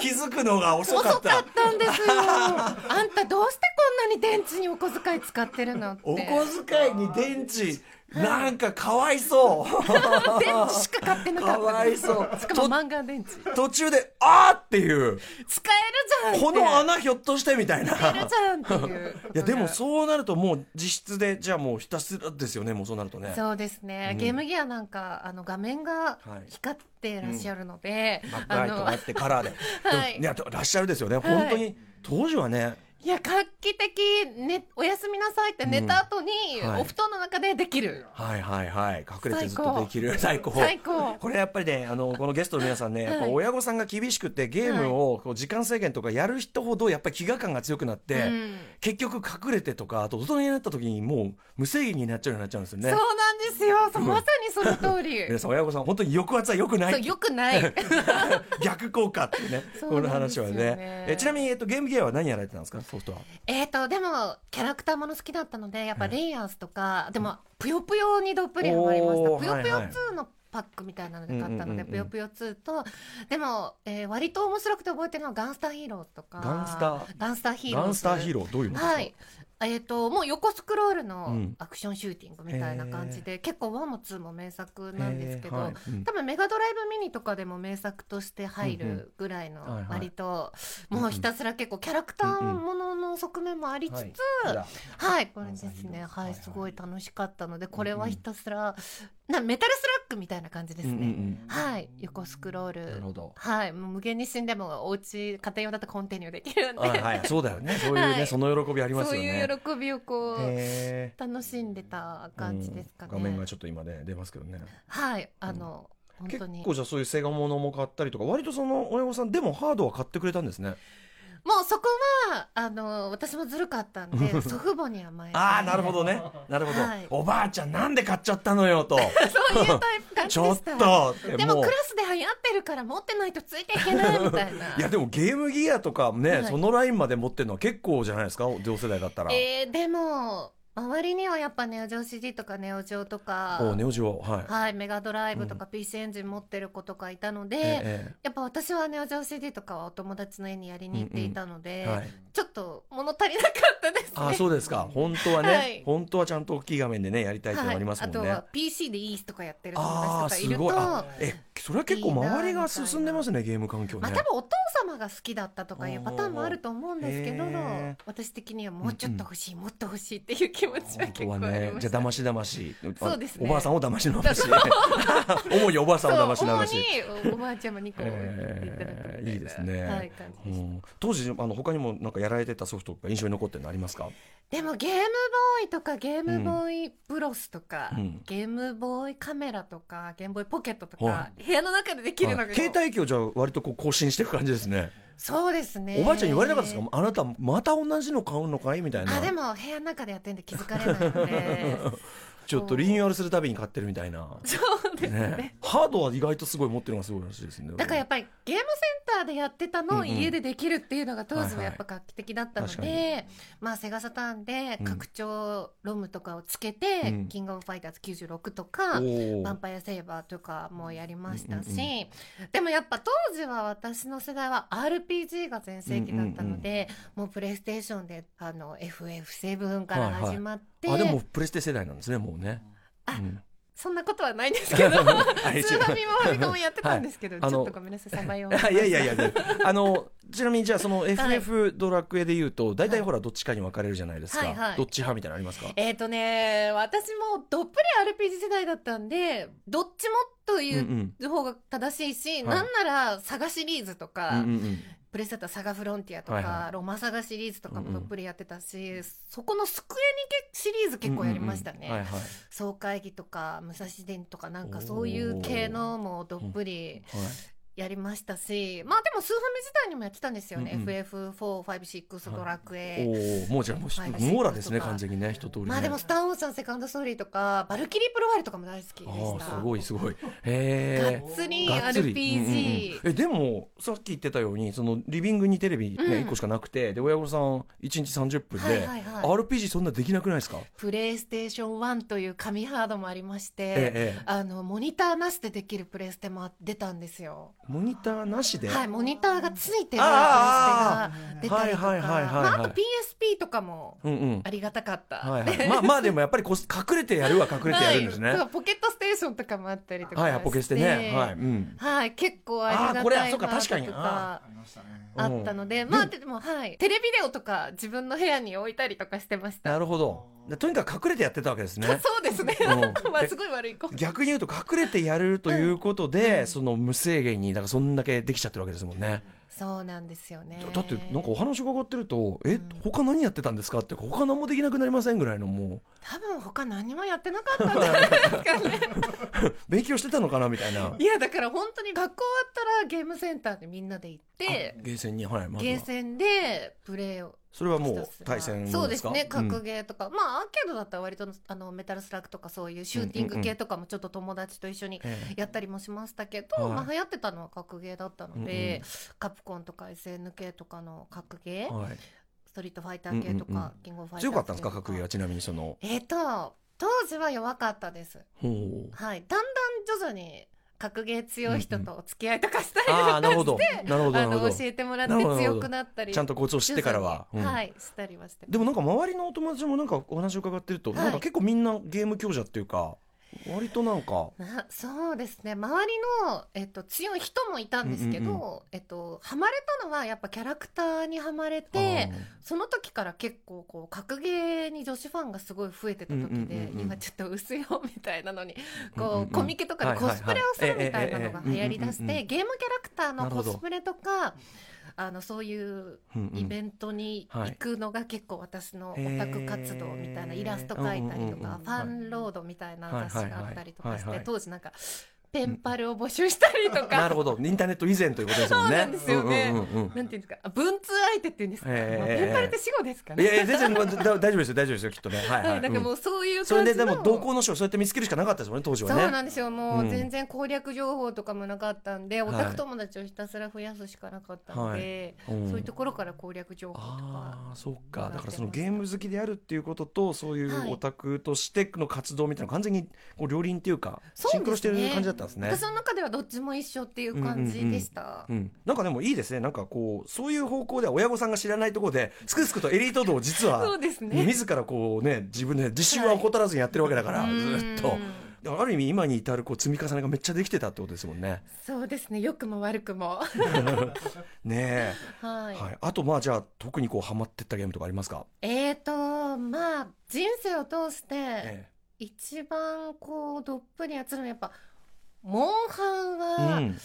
[SPEAKER 1] 気づくのが遅
[SPEAKER 2] 遅
[SPEAKER 1] か
[SPEAKER 2] か
[SPEAKER 1] っ
[SPEAKER 2] ったたんですよあんたどうしてこんなに電池にお小遣い使ってるのって
[SPEAKER 1] お小遣いに電池なんかかわいそう
[SPEAKER 2] 電池しか買ってなかった
[SPEAKER 1] かわい
[SPEAKER 2] です
[SPEAKER 1] そう
[SPEAKER 2] しか
[SPEAKER 1] と
[SPEAKER 2] もマンガン電池
[SPEAKER 1] 途中で「あー!」っていう
[SPEAKER 2] 使えるじゃん
[SPEAKER 1] この穴ひょっとしてみたいな。
[SPEAKER 2] 使えるじゃんっていう
[SPEAKER 1] いやでも
[SPEAKER 2] そ
[SPEAKER 1] そうなるともう実質でじゃあもうひたすらですよねもうそうなるとね
[SPEAKER 2] そうですね、
[SPEAKER 1] うん
[SPEAKER 2] ゲームギアなんかあの画面が光ってらっしゃるので、
[SPEAKER 1] バックラ
[SPEAKER 2] あ
[SPEAKER 1] イト
[SPEAKER 2] の
[SPEAKER 1] があってカラーで
[SPEAKER 2] はい
[SPEAKER 1] でもいやとらっしゃるですよね
[SPEAKER 2] はい
[SPEAKER 1] 本当に当時はね
[SPEAKER 2] いや画期的、ね、おやすみなさいって寝た後に、
[SPEAKER 1] うんはい
[SPEAKER 2] お布団の中でできる、
[SPEAKER 1] はいはいはい隠れてずっ
[SPEAKER 2] 最
[SPEAKER 1] と
[SPEAKER 2] 高
[SPEAKER 1] できる最高
[SPEAKER 2] 最高
[SPEAKER 1] これやっぱりねあのこのゲストの皆さんね、
[SPEAKER 2] はい
[SPEAKER 1] やっぱ親御さんが厳しくてゲームをこう時間制限とかやる人ほどやっぱり飢餓感が強くなって、
[SPEAKER 2] うん
[SPEAKER 1] 結局隠れてとかあと大人になった時にもう無制限になっちゃうようになっちゃうんですよ
[SPEAKER 2] そう
[SPEAKER 1] ね
[SPEAKER 2] なんですよそうまさにその通 り
[SPEAKER 1] 皆さん親御さん本当に抑圧は良くな
[SPEAKER 2] そう
[SPEAKER 1] い
[SPEAKER 2] よくない
[SPEAKER 1] 逆効果っていうね
[SPEAKER 2] そう
[SPEAKER 1] この
[SPEAKER 2] なんで
[SPEAKER 1] 話
[SPEAKER 2] すよ
[SPEAKER 1] は
[SPEAKER 2] ね
[SPEAKER 1] ねえちなみに、えっと、ゲームギアは何やられてたんですかソフトは
[SPEAKER 2] えっとでもキャラクターもの好きだったのでやっぱレイヤースとか、でも「ぷよぷよ」にどっぷりハマりました
[SPEAKER 1] おー
[SPEAKER 2] 「ぷよぷよ
[SPEAKER 1] はいはい
[SPEAKER 2] 2」のパックみたいなので買った
[SPEAKER 1] うんうん
[SPEAKER 2] の
[SPEAKER 1] うんう
[SPEAKER 2] で「
[SPEAKER 1] ん
[SPEAKER 2] ぷよぷよ2」とでも、えー割と面白くて覚えてるのは「ガンスターヒーロー」とか
[SPEAKER 1] ガンスター
[SPEAKER 2] ガンスターヒーロー」
[SPEAKER 1] ガンスターヒー
[SPEAKER 2] ロ
[SPEAKER 1] ローどういうのですか、
[SPEAKER 2] はいえっ、ともう横スクロール
[SPEAKER 1] う
[SPEAKER 2] の
[SPEAKER 1] ん
[SPEAKER 2] アクションシューティングみたいな感じで、結構1も2も名作なんですけど、
[SPEAKER 1] えーはいうん
[SPEAKER 2] 多分メガドライブミニとかでも名作として入
[SPEAKER 1] うんうん
[SPEAKER 2] るぐらいの
[SPEAKER 1] はいはい
[SPEAKER 2] 割と、
[SPEAKER 1] うんうん
[SPEAKER 2] もうひたすら結構キャラクターものの側面もありつつ、
[SPEAKER 1] はい
[SPEAKER 2] は
[SPEAKER 1] あ
[SPEAKER 2] い、
[SPEAKER 1] ら
[SPEAKER 2] これですね、
[SPEAKER 1] は
[SPEAKER 2] はいい
[SPEAKER 1] はい
[SPEAKER 2] すごい楽しかったのでこれはひたすら、なメタルスラックみたいな感じですね、
[SPEAKER 1] うんうん
[SPEAKER 2] はい横スクロー
[SPEAKER 1] うんなる
[SPEAKER 2] ル
[SPEAKER 1] ほど
[SPEAKER 2] はいもう無限に死んでもお家家庭用だとコンティニューできるんで、
[SPEAKER 1] はいはいそうだよねそういうね、
[SPEAKER 2] はい
[SPEAKER 1] その喜びありま
[SPEAKER 2] そ
[SPEAKER 1] す
[SPEAKER 2] う
[SPEAKER 1] よね
[SPEAKER 2] いう喜びをこう、
[SPEAKER 1] へー
[SPEAKER 2] 楽しんでた感じですかね。
[SPEAKER 1] うん画面がちょっと今ね出ますけどね
[SPEAKER 2] はい、あの、本当
[SPEAKER 1] 結
[SPEAKER 2] に。も
[SPEAKER 1] 構じゃあそういうセガものも買ったりとか割とその親御さんでもハードは買ってくれたんですね
[SPEAKER 2] うそこは、あの、私もずるかったん で、祖父母に甘えて。
[SPEAKER 1] ああなるほどねなるほど、
[SPEAKER 2] はい
[SPEAKER 1] おばあちゃんなんで買っちゃったのよと
[SPEAKER 2] そういうタイプ感じ
[SPEAKER 1] ちょ
[SPEAKER 2] で
[SPEAKER 1] っ
[SPEAKER 2] した。
[SPEAKER 1] と
[SPEAKER 2] でも
[SPEAKER 1] う
[SPEAKER 2] クラスで流行ってるから持ってないとついていけないみたい な。
[SPEAKER 1] いやでもゲームギアとかね、
[SPEAKER 2] はい
[SPEAKER 1] そのラインまで持ってるのは結構じゃないですか同世代だったら、
[SPEAKER 2] えー、でも、周りにはやっぱネオジオ CD とかネオジオとか、
[SPEAKER 1] おネオジオはい、
[SPEAKER 2] はい、メガドライブとか PC エンジン持ってる子とかいたので、
[SPEAKER 1] え
[SPEAKER 2] やっぱ私はネオジオ CD とかはお友達の家にやりに行っていたの
[SPEAKER 1] え
[SPEAKER 2] で、
[SPEAKER 1] ええはい、
[SPEAKER 2] ちょっと物足りなかったですね。
[SPEAKER 1] あそうですか本当はね、
[SPEAKER 2] はい
[SPEAKER 1] 本当はちゃんと大きい画面でねやりたいってのありますもんね、
[SPEAKER 2] はい、あとは PC でイースとかやってる友
[SPEAKER 1] あ
[SPEAKER 2] 達
[SPEAKER 1] あ
[SPEAKER 2] と
[SPEAKER 1] ーす
[SPEAKER 2] かいると
[SPEAKER 1] ごいあえそれは結構周りが進んでますねゲーム環境ね、
[SPEAKER 2] まあ多分お父様が好きだったとかいうパターンもあると思うんですけど
[SPEAKER 1] おーへー
[SPEAKER 2] 私的にはもうちょっと欲しい、もっと欲しいっていう気持ちは
[SPEAKER 1] 本
[SPEAKER 2] 結
[SPEAKER 1] 当
[SPEAKER 2] 構あ
[SPEAKER 1] は
[SPEAKER 2] り
[SPEAKER 1] ね
[SPEAKER 2] ま
[SPEAKER 1] じゃ
[SPEAKER 2] し
[SPEAKER 1] あ
[SPEAKER 2] た。
[SPEAKER 1] 騙し騙し
[SPEAKER 2] そうですね
[SPEAKER 1] おばあさんを騙しの騙し主におばあさんを騙し
[SPEAKER 2] そう
[SPEAKER 1] 騙
[SPEAKER 2] 主
[SPEAKER 1] し
[SPEAKER 2] におばあちゃまにこう言っていただくみたいな、
[SPEAKER 1] えーいいですね
[SPEAKER 2] はい、感じ
[SPEAKER 1] う
[SPEAKER 2] でした
[SPEAKER 1] ん当時あの他にもなんかやられてたソフトが印象に残ってるのありますか
[SPEAKER 2] でもゲームボーイとかゲームボーイブロスとか、
[SPEAKER 1] うん
[SPEAKER 2] ゲームボーイカメラとかゲームボーイポケットと
[SPEAKER 1] は
[SPEAKER 2] か部屋の中でできるのが
[SPEAKER 1] あ携帯機をじゃあ割とこう更新していく感じですね、
[SPEAKER 2] そうですね
[SPEAKER 1] おばあちゃんに言われなかったですかあなたまた同じの買うのかいみたいな
[SPEAKER 2] あでも部屋の中でやってんで気づかれないの で
[SPEAKER 1] ちょっとリニューアルするたびに買ってるみたい な
[SPEAKER 2] そうですね
[SPEAKER 1] ねハードは意外とすごい持ってるのがすごいらしいですね
[SPEAKER 2] だからやっぱりゲームセンターでやってたの
[SPEAKER 1] うん
[SPEAKER 2] を
[SPEAKER 1] うん
[SPEAKER 2] 家でできるっていうのが当時
[SPEAKER 1] は
[SPEAKER 2] はい
[SPEAKER 1] はい
[SPEAKER 2] やっぱ画期的だったので、
[SPEAKER 1] 確か
[SPEAKER 2] まあセガサターンで
[SPEAKER 1] うん
[SPEAKER 2] 拡張ロムとかをつけて、
[SPEAKER 1] うん
[SPEAKER 2] キングオブファイターズ96とか、
[SPEAKER 1] おー
[SPEAKER 2] ヴァンパイアセイバーとかもやりましたし、
[SPEAKER 1] うんうん
[SPEAKER 2] でもやっぱ当時は私の世代は RPG が全盛期だったので、もうプレイステーションであの FF7 から始まって、
[SPEAKER 1] あでもプレステ世代なんですねもうね
[SPEAKER 2] あ
[SPEAKER 1] うん
[SPEAKER 2] そんなことはない んですけど
[SPEAKER 1] あ一
[SPEAKER 2] ツ
[SPEAKER 1] 応
[SPEAKER 2] ーファミもファミコンもやってたんですけど、
[SPEAKER 1] はいあ
[SPEAKER 2] ち
[SPEAKER 1] の
[SPEAKER 2] ょっとごめんなさい、サバイを。
[SPEAKER 1] あいやいやいや、であの、ちなみにじゃあその
[SPEAKER 2] はい
[SPEAKER 1] FF ドラクエで言うと、大体
[SPEAKER 2] はい
[SPEAKER 1] ほらどっちかに分かれるじゃないです
[SPEAKER 2] はい
[SPEAKER 1] か
[SPEAKER 2] は。い
[SPEAKER 1] どっち派みたいなのありますか
[SPEAKER 2] えっ、とね、私もどっぷり RPG 世代だったんで、どっちもと
[SPEAKER 1] うんう。
[SPEAKER 2] いうん方が正しいし、
[SPEAKER 1] はい
[SPEAKER 2] なんなら、サガシリーズと
[SPEAKER 1] うん
[SPEAKER 2] か、
[SPEAKER 1] うんうん
[SPEAKER 2] プレステだったらサガフロンティアとか、
[SPEAKER 1] はいはい
[SPEAKER 2] ロマサガシリーズとか
[SPEAKER 1] うんう
[SPEAKER 2] も
[SPEAKER 1] ん
[SPEAKER 2] どっぷりやってたし、そこのスクエニケシリーズ結構やりましたね。
[SPEAKER 1] うんうんうんはいはい
[SPEAKER 2] 総会議とか、武蔵伝とか、なんかそういう系のもどっぷり
[SPEAKER 1] はい
[SPEAKER 2] やりましたし、まあでもスーファミ時代にもやってたんですよね。
[SPEAKER 1] うんうん
[SPEAKER 2] FF4、5、6、ドラクエ。
[SPEAKER 1] おーもうじゃあも
[SPEAKER 2] はいは
[SPEAKER 1] う
[SPEAKER 2] い
[SPEAKER 1] 網羅ですね完全にね一通りね
[SPEAKER 2] まあでも、スター・ウォーズさん、セカンド・ストーリーとか、バルキリー・プロワイルとかも大好きでし
[SPEAKER 1] あ
[SPEAKER 2] た。
[SPEAKER 1] あすごいすごい
[SPEAKER 2] がっ
[SPEAKER 1] へえ
[SPEAKER 2] つり
[SPEAKER 1] がっつりうんうん
[SPEAKER 2] RPG。
[SPEAKER 1] うんえでもさっき言ってたようにそのリビングにテレビね
[SPEAKER 2] うん
[SPEAKER 1] 一個しかなくてで親御さん1日30分
[SPEAKER 2] はい
[SPEAKER 1] で
[SPEAKER 2] はいはい。
[SPEAKER 1] RPG そんなできなくないですか
[SPEAKER 2] プレイステーション1という紙ハードもありまし
[SPEAKER 1] え
[SPEAKER 2] て、
[SPEAKER 1] えええ
[SPEAKER 2] あの、モニターなしでできるプレイステも出たんですよ。
[SPEAKER 1] モニターなしで
[SPEAKER 2] はい、モニターがついてるプレイステ
[SPEAKER 1] あー
[SPEAKER 2] が出たりとか、
[SPEAKER 1] はいはいはいはいはい
[SPEAKER 2] まああと PSP とかも
[SPEAKER 1] うんうん
[SPEAKER 2] ありがたかった。
[SPEAKER 1] はいはい、まあまあでもやっぱりこう隠れてやるは隠れてやるんですね。
[SPEAKER 2] はい
[SPEAKER 1] は
[SPEAKER 2] そうポケットステーションとかもあったりと
[SPEAKER 1] い、
[SPEAKER 2] か
[SPEAKER 1] はいポケ捨てね。はい、うん。
[SPEAKER 2] はい、結構ありがたい
[SPEAKER 1] あーこれは
[SPEAKER 2] な
[SPEAKER 1] そうか確かに
[SPEAKER 2] と
[SPEAKER 1] あ
[SPEAKER 2] か
[SPEAKER 4] ありましたね。
[SPEAKER 2] あったので、
[SPEAKER 1] うん
[SPEAKER 2] まあ
[SPEAKER 1] で
[SPEAKER 2] でもはい、テレビデオとか自分の部屋に置いたりとかしてました。
[SPEAKER 1] なるほど。でとにかく隠れてやってたわけですね。
[SPEAKER 2] そうですね。
[SPEAKER 1] うん
[SPEAKER 2] まあすごい悪い子。
[SPEAKER 1] 逆に言うと隠れてやるということで、その無制限にだからそんだけできちゃってるわけですもんね。
[SPEAKER 2] そうなんですよね。
[SPEAKER 1] だってなんかお話伺ってると、え他何やってたんですかって他何もできなくなりませんぐらいのも
[SPEAKER 2] 多分他何もやってなかったんじゃないですか ね。
[SPEAKER 1] う勉強してたのかなみたいな。
[SPEAKER 2] いやだから本当に学校終わったらゲームセンターでみんなで行って、
[SPEAKER 1] ゲーセンにはいまず
[SPEAKER 2] ゲ
[SPEAKER 1] は
[SPEAKER 2] ー。センでプレイを。
[SPEAKER 1] それはも
[SPEAKER 2] ひた
[SPEAKER 1] う
[SPEAKER 2] すら
[SPEAKER 1] 対戦ですか。
[SPEAKER 2] そうですね。格
[SPEAKER 1] ん
[SPEAKER 2] ゲーとか、まあアーケードだったら割とあのメタルスラックとかそういうシューティング系とかもちょっと友達と一緒に
[SPEAKER 1] ええ
[SPEAKER 2] やったりもしましたけど、
[SPEAKER 1] はい
[SPEAKER 2] まあ流行ってたのは格ゲーだったの
[SPEAKER 1] うんう
[SPEAKER 2] で、
[SPEAKER 1] ん
[SPEAKER 2] カプコンとか SNK とかの格ゲー、
[SPEAKER 1] はい。
[SPEAKER 2] ストリートファイター系とか、
[SPEAKER 1] うんうんうん
[SPEAKER 2] キングオブファイターズ
[SPEAKER 1] 強かったんですか格ゲーはちなみにその。
[SPEAKER 2] えっ、と当時は弱かったです
[SPEAKER 1] ほう
[SPEAKER 2] はいだんだん徐々に格ゲー強い人とお付き合いとかしたりと
[SPEAKER 1] ああ、
[SPEAKER 2] か
[SPEAKER 1] なる ほど
[SPEAKER 2] して、。
[SPEAKER 1] なるほど、
[SPEAKER 2] あ
[SPEAKER 1] なるほ
[SPEAKER 2] の
[SPEAKER 1] ど
[SPEAKER 2] 教。えてもらっ
[SPEAKER 1] なるほど
[SPEAKER 2] て
[SPEAKER 1] なるほ
[SPEAKER 2] 強
[SPEAKER 1] ど
[SPEAKER 2] くなったり
[SPEAKER 1] ちゃんとコツを知ってからは。
[SPEAKER 2] 徐
[SPEAKER 1] うん
[SPEAKER 2] 々にはいしたりはして
[SPEAKER 1] でもなんか周りのお友達もなんかお話を伺ってると、
[SPEAKER 2] はい
[SPEAKER 1] なんか結構みんなゲーム強者っていうか、割となんか、
[SPEAKER 2] なそうですね周りの、えっと、強い人もいたんですけど、
[SPEAKER 1] うんうん
[SPEAKER 2] えっと、ハマれたのはやっぱキャラクターにはまれてその時から結構こう格ゲーに女子ファンがすごい増えてた時で、
[SPEAKER 1] うんうんうんうん
[SPEAKER 2] 今ちょっと薄いよみたいなのに
[SPEAKER 1] うんうんう
[SPEAKER 2] こ
[SPEAKER 1] ん
[SPEAKER 2] うコミケとかでコスプレをするみたいなのが流行りだし
[SPEAKER 1] はいはいはいええええええええええええ
[SPEAKER 2] てゲームキャラクター
[SPEAKER 1] な
[SPEAKER 2] の
[SPEAKER 1] るほ
[SPEAKER 2] コ
[SPEAKER 1] ど
[SPEAKER 2] スプレとかあのそういう
[SPEAKER 1] うんうん
[SPEAKER 2] イベントに行くのが結構私のオタク活動みたいな
[SPEAKER 1] へー
[SPEAKER 2] イラスト描いたりと
[SPEAKER 1] うんうんうん
[SPEAKER 2] かファンロードみたいな雑誌があったりとかし
[SPEAKER 1] はいはいはいはいはい
[SPEAKER 2] て当時なんかペンパルを募集したりと
[SPEAKER 1] な
[SPEAKER 2] か
[SPEAKER 1] るほど、インターネット以前ということですもんね。
[SPEAKER 2] そうなんですよね
[SPEAKER 1] うんうんうんうん
[SPEAKER 2] なんていうんですかあ文通相手っていうんですかまあ
[SPEAKER 1] えー
[SPEAKER 2] ペンパルって死語ですか
[SPEAKER 1] い
[SPEAKER 2] ね
[SPEAKER 1] やいや、全然まあだ大丈夫ですよ、大丈夫ですよ、きっとね。はいは。
[SPEAKER 2] はいいなんかも
[SPEAKER 1] うん
[SPEAKER 2] うそういう
[SPEAKER 1] それ
[SPEAKER 2] 感
[SPEAKER 1] で
[SPEAKER 2] じ
[SPEAKER 1] で
[SPEAKER 2] の
[SPEAKER 1] も同行の書をそうやって見つけるしかなかったですもんね、当時
[SPEAKER 2] そ
[SPEAKER 1] は
[SPEAKER 2] う
[SPEAKER 1] ね。
[SPEAKER 2] なんですよも
[SPEAKER 1] うん
[SPEAKER 2] う全然攻略情報とかもなかったんでオタク友達をひたすら増やすしかなかったので
[SPEAKER 1] うん
[SPEAKER 2] そういうところから攻略情報とか
[SPEAKER 1] ああそうか
[SPEAKER 2] もらって
[SPEAKER 1] だからその
[SPEAKER 2] ま
[SPEAKER 1] ゲ
[SPEAKER 2] した
[SPEAKER 1] ーム好きであるっていうこととそうい
[SPEAKER 2] は
[SPEAKER 1] う
[SPEAKER 2] い
[SPEAKER 1] オタクとしての活動みたいなの完全にこう両輪っていうか
[SPEAKER 2] そうです
[SPEAKER 1] シ
[SPEAKER 2] ね
[SPEAKER 1] ンクロしてる感じだったんですね。
[SPEAKER 2] 私の中ではどっちも一緒っていう感じでした
[SPEAKER 1] う。ん、なんかでもいいですねなんかこうそういう方向では親御さんが知らないところですくすくとエリート道を実は
[SPEAKER 2] そうですね
[SPEAKER 1] 自らこうね自分で自信は怠らずにやってるわけだから、ずーっ
[SPEAKER 2] う
[SPEAKER 1] と
[SPEAKER 2] ん。
[SPEAKER 1] だからある意味今に至るこう積み重ねがめっちゃできてたってことですもん ね。
[SPEAKER 2] そうですね良くも悪くも
[SPEAKER 1] ね
[SPEAKER 2] は
[SPEAKER 1] え、
[SPEAKER 2] い、
[SPEAKER 1] はい、あとまあじゃあ特にこうハマってったゲームとかありますか、
[SPEAKER 2] えーとまあ人生を通して
[SPEAKER 1] え
[SPEAKER 2] 一番こうどっぷりやつるのはやっぱモン
[SPEAKER 1] え
[SPEAKER 2] ハンは、
[SPEAKER 1] うん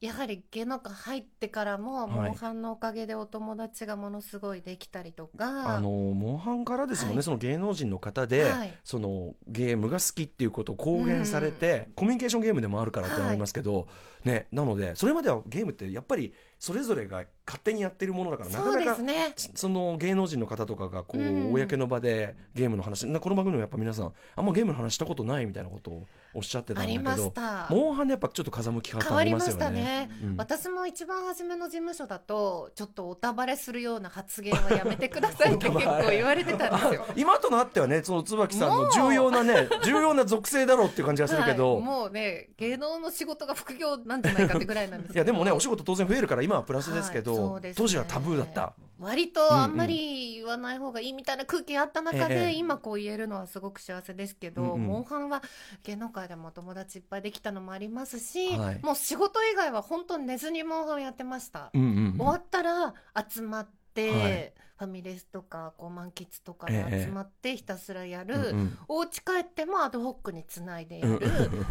[SPEAKER 2] やはり芸能界入ってからも、
[SPEAKER 1] はい
[SPEAKER 2] モンハンのおかげでお友達がものすごいできたりとか
[SPEAKER 1] あのモンハンからですもんね、
[SPEAKER 2] はい
[SPEAKER 1] その芸能人の方で、
[SPEAKER 2] はい
[SPEAKER 1] そのゲームが好きっていうことを公言されて、コミュニケーションゲームでもあるからってありますけど、ね、なのでそれまではゲームってやっぱりそれぞれが勝手にやってるものだからな
[SPEAKER 2] そ
[SPEAKER 1] か
[SPEAKER 2] う
[SPEAKER 1] な
[SPEAKER 2] で
[SPEAKER 1] か
[SPEAKER 2] すね
[SPEAKER 1] その芸能人の方とかがこう、
[SPEAKER 2] うん
[SPEAKER 1] 公の場でゲームの話なこの番組でもやっぱ皆さんあんまゲームの話したことないみたいなことをおっしゃってた
[SPEAKER 2] あ
[SPEAKER 1] んだけ
[SPEAKER 2] りまし
[SPEAKER 1] ど
[SPEAKER 2] た
[SPEAKER 1] モンハンでやっぱちょっと風向き
[SPEAKER 2] 変
[SPEAKER 1] 方
[SPEAKER 2] わ
[SPEAKER 1] あり
[SPEAKER 2] りま
[SPEAKER 1] ます
[SPEAKER 2] し
[SPEAKER 1] よ
[SPEAKER 2] た
[SPEAKER 1] ね。
[SPEAKER 2] ね
[SPEAKER 1] うん
[SPEAKER 2] 私も一番初めの事務所だとちょっとおたばれするような発言はやめてくださいって結構言われてたん ですよ
[SPEAKER 1] 今となってはねその椿さん
[SPEAKER 2] も
[SPEAKER 1] の
[SPEAKER 2] う
[SPEAKER 1] 重要なね重要な属性だろうっていう感じがするけど、
[SPEAKER 2] はい、もうね芸能の仕事が副業なんじゃないかってぐらいなんです
[SPEAKER 1] い
[SPEAKER 2] け
[SPEAKER 1] や
[SPEAKER 2] ど
[SPEAKER 1] でもねお仕事当然増えるから今はプラスですけ
[SPEAKER 2] はい
[SPEAKER 1] ど、
[SPEAKER 2] そうですね
[SPEAKER 1] 当時はタブーだった
[SPEAKER 2] 割とあんまり言わない方がいいみたいな空気あった中
[SPEAKER 1] え
[SPEAKER 2] で、
[SPEAKER 1] え
[SPEAKER 2] 今こう言えるのはすごく幸せですけど、
[SPEAKER 1] うんうん
[SPEAKER 2] モンハンは芸能界でもお友達いっぱいできたのもありますし、
[SPEAKER 1] はい
[SPEAKER 2] もう仕事以外は本当に寝ずにモンハンをやってました、
[SPEAKER 1] うんうん
[SPEAKER 2] 終わったら集まって、
[SPEAKER 1] はい
[SPEAKER 2] ファミレスとかこう満喫とかで集まってひたすらやる、
[SPEAKER 1] うんうん
[SPEAKER 2] お家帰ってもアドホックにつないで やる、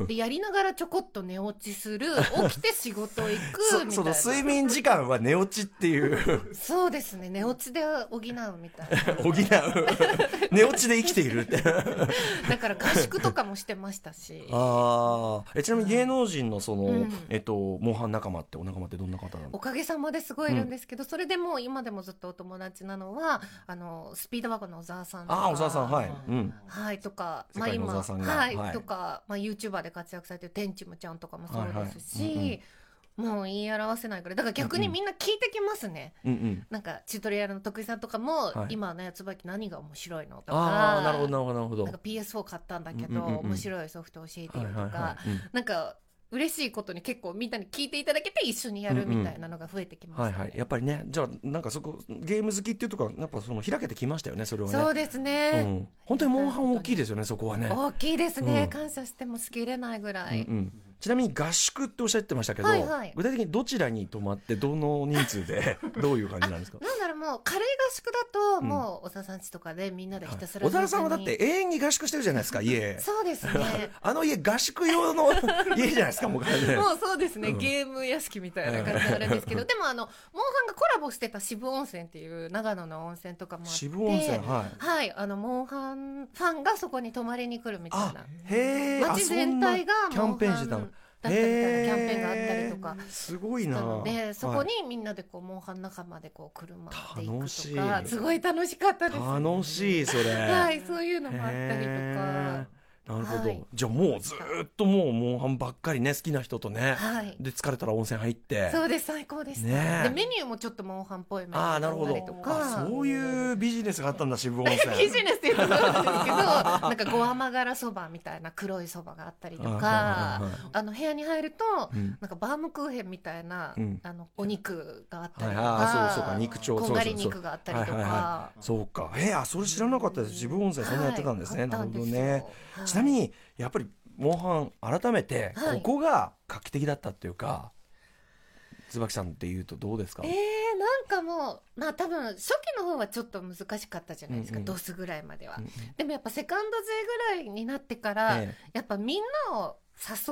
[SPEAKER 2] でやりながらちょこっと寝落ちする起きて仕事行く
[SPEAKER 1] そ
[SPEAKER 2] みた
[SPEAKER 1] そ
[SPEAKER 2] いな
[SPEAKER 1] の睡眠時間は寝落ちっていう
[SPEAKER 2] そうですね寝落ちで補うみたいな
[SPEAKER 1] 補う 寝落ちで生きているって
[SPEAKER 2] だから合宿とかもしてましたし
[SPEAKER 1] ああちなみに芸能人のその、
[SPEAKER 2] うん
[SPEAKER 1] えっとモンハン仲間ってお仲間ってどんな方なの
[SPEAKER 2] おかげさまですごいいるんですけど、それでもう今でもずっとお友達なのはあのスピードワゴンの小沢さんとか
[SPEAKER 1] ああ小沢さんはい、うん、
[SPEAKER 2] はい、とか、
[SPEAKER 1] 世界の小沢さんが
[SPEAKER 2] はい、
[SPEAKER 1] はい
[SPEAKER 2] とか、まあ、YouTuber で活躍されてる天チムちゃんとかもそうですし、
[SPEAKER 1] はいはい
[SPEAKER 2] もう言い表せないくらいだから逆にみんな聞いてきますね、
[SPEAKER 1] うんうん
[SPEAKER 2] なんかチュートリアルの徳井さんとかも「
[SPEAKER 1] はい
[SPEAKER 2] 今のやつばき何が面白いの?」
[SPEAKER 1] あ
[SPEAKER 2] とか
[SPEAKER 1] あなるほどなるほどなるほど
[SPEAKER 2] なんか PS4 買ったんだけ
[SPEAKER 1] うん
[SPEAKER 2] ど、
[SPEAKER 1] うんうんうん
[SPEAKER 2] 面白いソフト教えてよとか、
[SPEAKER 1] い、うん
[SPEAKER 2] なんか嬉しいことに結構みんなに聞いていただけて一緒にやるみたいなのが増えてきました
[SPEAKER 1] は
[SPEAKER 2] ね、
[SPEAKER 1] いはい、やっぱりねじゃあなんかそこゲーム好きっていうところはやっぱその開けてきましたよねそれはね
[SPEAKER 2] そうですね、
[SPEAKER 1] うん、本当にモンハン大きいですよねそこはね、
[SPEAKER 2] 大きいですね、
[SPEAKER 1] うん
[SPEAKER 2] 感謝してもしきれないぐら
[SPEAKER 1] うん
[SPEAKER 2] い、
[SPEAKER 1] うんちなみに合宿っておっしゃってましたけど、
[SPEAKER 2] はいはい
[SPEAKER 1] 具体的にどちらに泊まってどの人数で どういう感じなんですか
[SPEAKER 2] なんだろうもう軽い合宿だと、
[SPEAKER 1] うん
[SPEAKER 2] もう小沢さん家とかでみんなでひたすら、
[SPEAKER 1] 小沢さんはだって永遠に合宿してるじゃないですか家
[SPEAKER 2] そうです ね
[SPEAKER 1] あの家合宿用 の家じゃないですかもう完全に
[SPEAKER 2] もうそうですね、
[SPEAKER 1] うん
[SPEAKER 2] ゲーム屋敷みたいな感じがあるんですけど、でもあのモンハンがコラボしてた渋温泉っていう長野の温泉とかもあって
[SPEAKER 1] 渋温泉はい
[SPEAKER 2] はいあのモンハンファンがそこに泊まりに来るみたい
[SPEAKER 1] あ
[SPEAKER 2] な
[SPEAKER 1] へえ
[SPEAKER 2] 街全体が
[SPEAKER 1] キャンペーンしてた
[SPEAKER 2] モ
[SPEAKER 1] の
[SPEAKER 2] ンハンだったみたいなキャンペーンがあったりと
[SPEAKER 1] へ
[SPEAKER 2] か
[SPEAKER 1] えすごい
[SPEAKER 2] な
[SPEAKER 1] な
[SPEAKER 2] のでそこ
[SPEAKER 1] は
[SPEAKER 2] にみんなでこうモンハン仲間でこう車で行
[SPEAKER 1] 楽
[SPEAKER 2] く
[SPEAKER 1] し
[SPEAKER 2] とか
[SPEAKER 1] い
[SPEAKER 2] すごい楽しかったです
[SPEAKER 1] い楽しいそれ
[SPEAKER 2] はいそういうのもあったりと
[SPEAKER 1] へ
[SPEAKER 2] か
[SPEAKER 1] え。なるほど、
[SPEAKER 2] はい
[SPEAKER 1] じゃあもうずーっともうモンハンばっかりね好きな人とね、
[SPEAKER 2] はい
[SPEAKER 1] で疲れたら温泉入って
[SPEAKER 2] そうです最高でした、
[SPEAKER 1] ねえ
[SPEAKER 2] でメニューもちょっとモンハンっぽいメニュ
[SPEAKER 1] ああ
[SPEAKER 2] ー
[SPEAKER 1] な
[SPEAKER 2] だ
[SPEAKER 1] るほど
[SPEAKER 2] ったりと
[SPEAKER 1] あ
[SPEAKER 2] か
[SPEAKER 1] そういうビジネスがあったんだ渋温泉
[SPEAKER 2] ビジネスって言うとそうなんですけど なんかご甘がらそばみたいな黒いそばがあったりと
[SPEAKER 1] あーはい
[SPEAKER 2] か
[SPEAKER 1] はいはい
[SPEAKER 2] あの部屋に入ると
[SPEAKER 1] うん
[SPEAKER 2] なんかバームクーヘンみたいな、
[SPEAKER 1] うん
[SPEAKER 2] あのお肉があった
[SPEAKER 1] はい
[SPEAKER 2] りと
[SPEAKER 1] はいあ
[SPEAKER 2] か
[SPEAKER 1] そうそうか肉腸
[SPEAKER 2] こんがり肉があったりとか、
[SPEAKER 1] そうそうそうはいはいそうかえー、あそれ知らなかったです渋温泉そんなやってたんですね、
[SPEAKER 2] はい
[SPEAKER 1] なるほど、
[SPEAKER 2] あ
[SPEAKER 1] ね
[SPEAKER 2] っ、たんです
[SPEAKER 1] ち
[SPEAKER 2] よ
[SPEAKER 1] なみ、にやっぱりモンハン改めて
[SPEAKER 2] はい
[SPEAKER 1] ここが画期的だったっていうか、椿さんっていうとどうですか
[SPEAKER 2] はいえー、なんかもうまあ多分初期の方はちょっと難しかったじゃないですか、
[SPEAKER 1] うんうん
[SPEAKER 2] ドスぐらいまでは、
[SPEAKER 1] うんうん
[SPEAKER 2] でもやっぱセカンド勢ぐらいになってから、
[SPEAKER 1] え
[SPEAKER 2] やっぱみんなを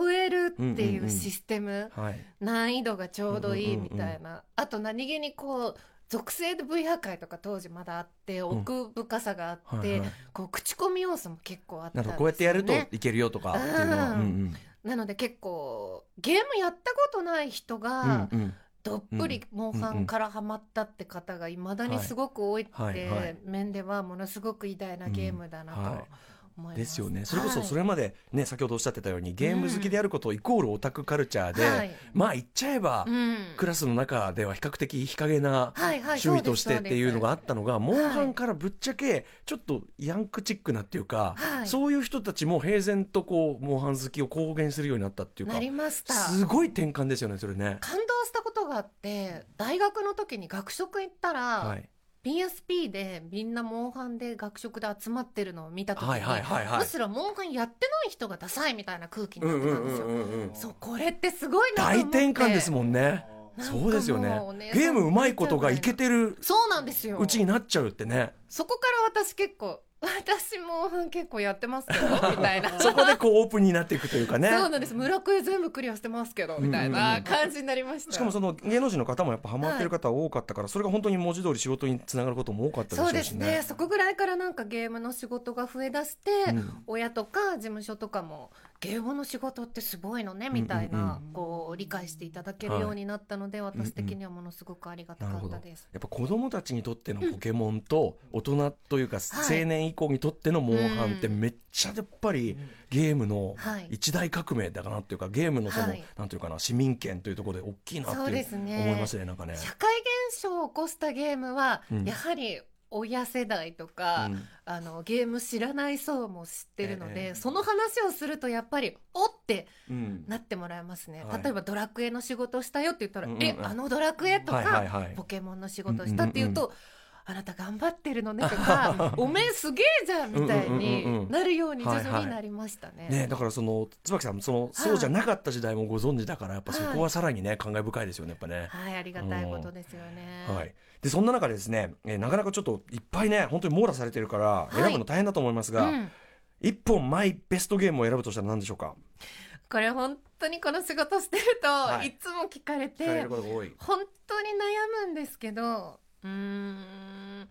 [SPEAKER 2] 誘えるってい
[SPEAKER 1] んうんう
[SPEAKER 2] うんうシステム、
[SPEAKER 1] えはい、
[SPEAKER 2] 難易度がちょうどいいみたいな、
[SPEAKER 1] うんうん
[SPEAKER 2] あと何気にこう属性で V 破壊とか当時まだあって奥深さがあって、
[SPEAKER 1] はいはい、
[SPEAKER 2] こう口コミ要素も結構あった
[SPEAKER 1] なんんか
[SPEAKER 2] ですよ、ね、
[SPEAKER 1] こうやってやるといけるよとかっていうのは、
[SPEAKER 2] う
[SPEAKER 1] うんんうん
[SPEAKER 2] なので結構ゲームやったことない人が
[SPEAKER 1] うんうん、
[SPEAKER 2] どっぷりモンハンからハマったって方がいまだにすごく多いって
[SPEAKER 1] はいはいはい
[SPEAKER 2] 面ではものすごく偉大なゲームだなと思います。
[SPEAKER 1] ですよねそれこそそ
[SPEAKER 2] は
[SPEAKER 1] れまで、ね、先ほどおっしゃってたようにゲーム好きであることイコールオタクカルチャー
[SPEAKER 2] い
[SPEAKER 1] で、
[SPEAKER 2] はい
[SPEAKER 1] まあ言っちゃえば、
[SPEAKER 2] うん
[SPEAKER 1] クラスの中では比較的日陰な
[SPEAKER 2] はいはい
[SPEAKER 1] 趣味としてっていうのがあ
[SPEAKER 2] あ
[SPEAKER 1] ったのが、モンハンからぶっちゃけちょっとヤンクチックなっていうか、
[SPEAKER 2] はい
[SPEAKER 1] そういう人たちも平然とこうモンハン好きを公言するようになったっていうか
[SPEAKER 2] なりました。
[SPEAKER 1] すごい転換ですよねそれね。
[SPEAKER 2] 感動したことがあって大学の時に学食行ったら、
[SPEAKER 1] はい、
[SPEAKER 2] PSP でみんなモンハンで学食で集まってるのを見た時に、
[SPEAKER 1] はいはいはいはい
[SPEAKER 2] むしろモンハンやってない人がダサいみたいな空気に
[SPEAKER 1] う
[SPEAKER 2] なっ
[SPEAKER 1] ん
[SPEAKER 2] て
[SPEAKER 1] う
[SPEAKER 2] た
[SPEAKER 1] ん
[SPEAKER 2] ん
[SPEAKER 1] う
[SPEAKER 2] です
[SPEAKER 1] んう
[SPEAKER 2] よ。
[SPEAKER 1] んうん
[SPEAKER 2] そうこれってすごいなと
[SPEAKER 1] 大
[SPEAKER 2] 思って
[SPEAKER 1] 転換ですもんね。
[SPEAKER 2] なんかも
[SPEAKER 1] そうですよね
[SPEAKER 2] お姉。さん
[SPEAKER 1] ゲームうまいことがいけてる
[SPEAKER 2] そうなんですよ
[SPEAKER 1] うちになっちゃうってね。
[SPEAKER 2] そこから私結構 私モンハン結構やってますけどみたい な
[SPEAKER 1] そこでこうオープンになっていくというかね。
[SPEAKER 2] そうなんです村クエ全部クリアしてますけどみたい
[SPEAKER 1] うんうんう
[SPEAKER 2] なん感じになりました、
[SPEAKER 1] しかもその芸能人の方もやっぱハマってる方多かったから、それが本当に文字通り仕事につながることも多かったでしょ
[SPEAKER 2] そう
[SPEAKER 1] う
[SPEAKER 2] です
[SPEAKER 1] し
[SPEAKER 2] ね
[SPEAKER 1] ね。
[SPEAKER 2] そこぐらいからなんかゲームの仕事が増えだして、
[SPEAKER 1] うん
[SPEAKER 2] 親とか事務所とかもゲームの仕事ってすごいのねみたいな、こう理解していただけるようになったので、私的にはものすごくありがたかったです。
[SPEAKER 1] やっぱ子供たちにとってのポケモンと大人というか青年以降にとってのモンハンってめっちゃやっぱりゲームの
[SPEAKER 2] はい
[SPEAKER 1] 一大革命だなっていうかゲームのその
[SPEAKER 2] はい
[SPEAKER 1] なんていうかな市民権というところで大きいなって
[SPEAKER 2] そう
[SPEAKER 1] い
[SPEAKER 2] で
[SPEAKER 1] う
[SPEAKER 2] すね
[SPEAKER 1] 思いますねなんかね。
[SPEAKER 2] 社会現象を起こしたゲームは、
[SPEAKER 1] うん
[SPEAKER 2] やはり親世代とか、
[SPEAKER 1] うん
[SPEAKER 2] あのゲーム知らない層も知ってるの
[SPEAKER 1] え
[SPEAKER 2] で、
[SPEAKER 1] え
[SPEAKER 2] その話をするとやっぱり「おっ!」て
[SPEAKER 1] うん
[SPEAKER 2] なってもらえますね、
[SPEAKER 1] はい
[SPEAKER 2] 例えば「ドラクエの仕事したよ」って言ったら「
[SPEAKER 1] うんうんうん
[SPEAKER 2] えあのドラクエ?」とか、
[SPEAKER 1] はいはいはい
[SPEAKER 2] ポケモンの仕事した」って言うと「あなた頑張ってるのね」と か「おめえすげえじゃん」みたい
[SPEAKER 1] うんうんうんう
[SPEAKER 2] に
[SPEAKER 1] ん
[SPEAKER 2] なるように徐
[SPEAKER 1] はい
[SPEAKER 2] 々
[SPEAKER 1] はい
[SPEAKER 2] になりましたね。
[SPEAKER 1] ね、だからその椿さんそのそうじゃなかった時代もご存知だからやっぱそこはさらにね感慨深いですよねやっぱね。
[SPEAKER 2] はい、ありがたいことですよね。
[SPEAKER 1] はい、でそんな中でですね、えーなかなかちょっといっぱいね本当に網羅されてるから
[SPEAKER 2] い
[SPEAKER 1] 選ぶの大変だと思いますが、
[SPEAKER 2] うん
[SPEAKER 1] 一本マイベストゲームを選ぶとしたら何でしょうか
[SPEAKER 2] これ本当にこの仕事してると、
[SPEAKER 1] はい
[SPEAKER 2] い、つも聞かれ
[SPEAKER 1] 聞かれ
[SPEAKER 2] て
[SPEAKER 1] ることが多い。
[SPEAKER 2] 本当に悩むんですけどうーん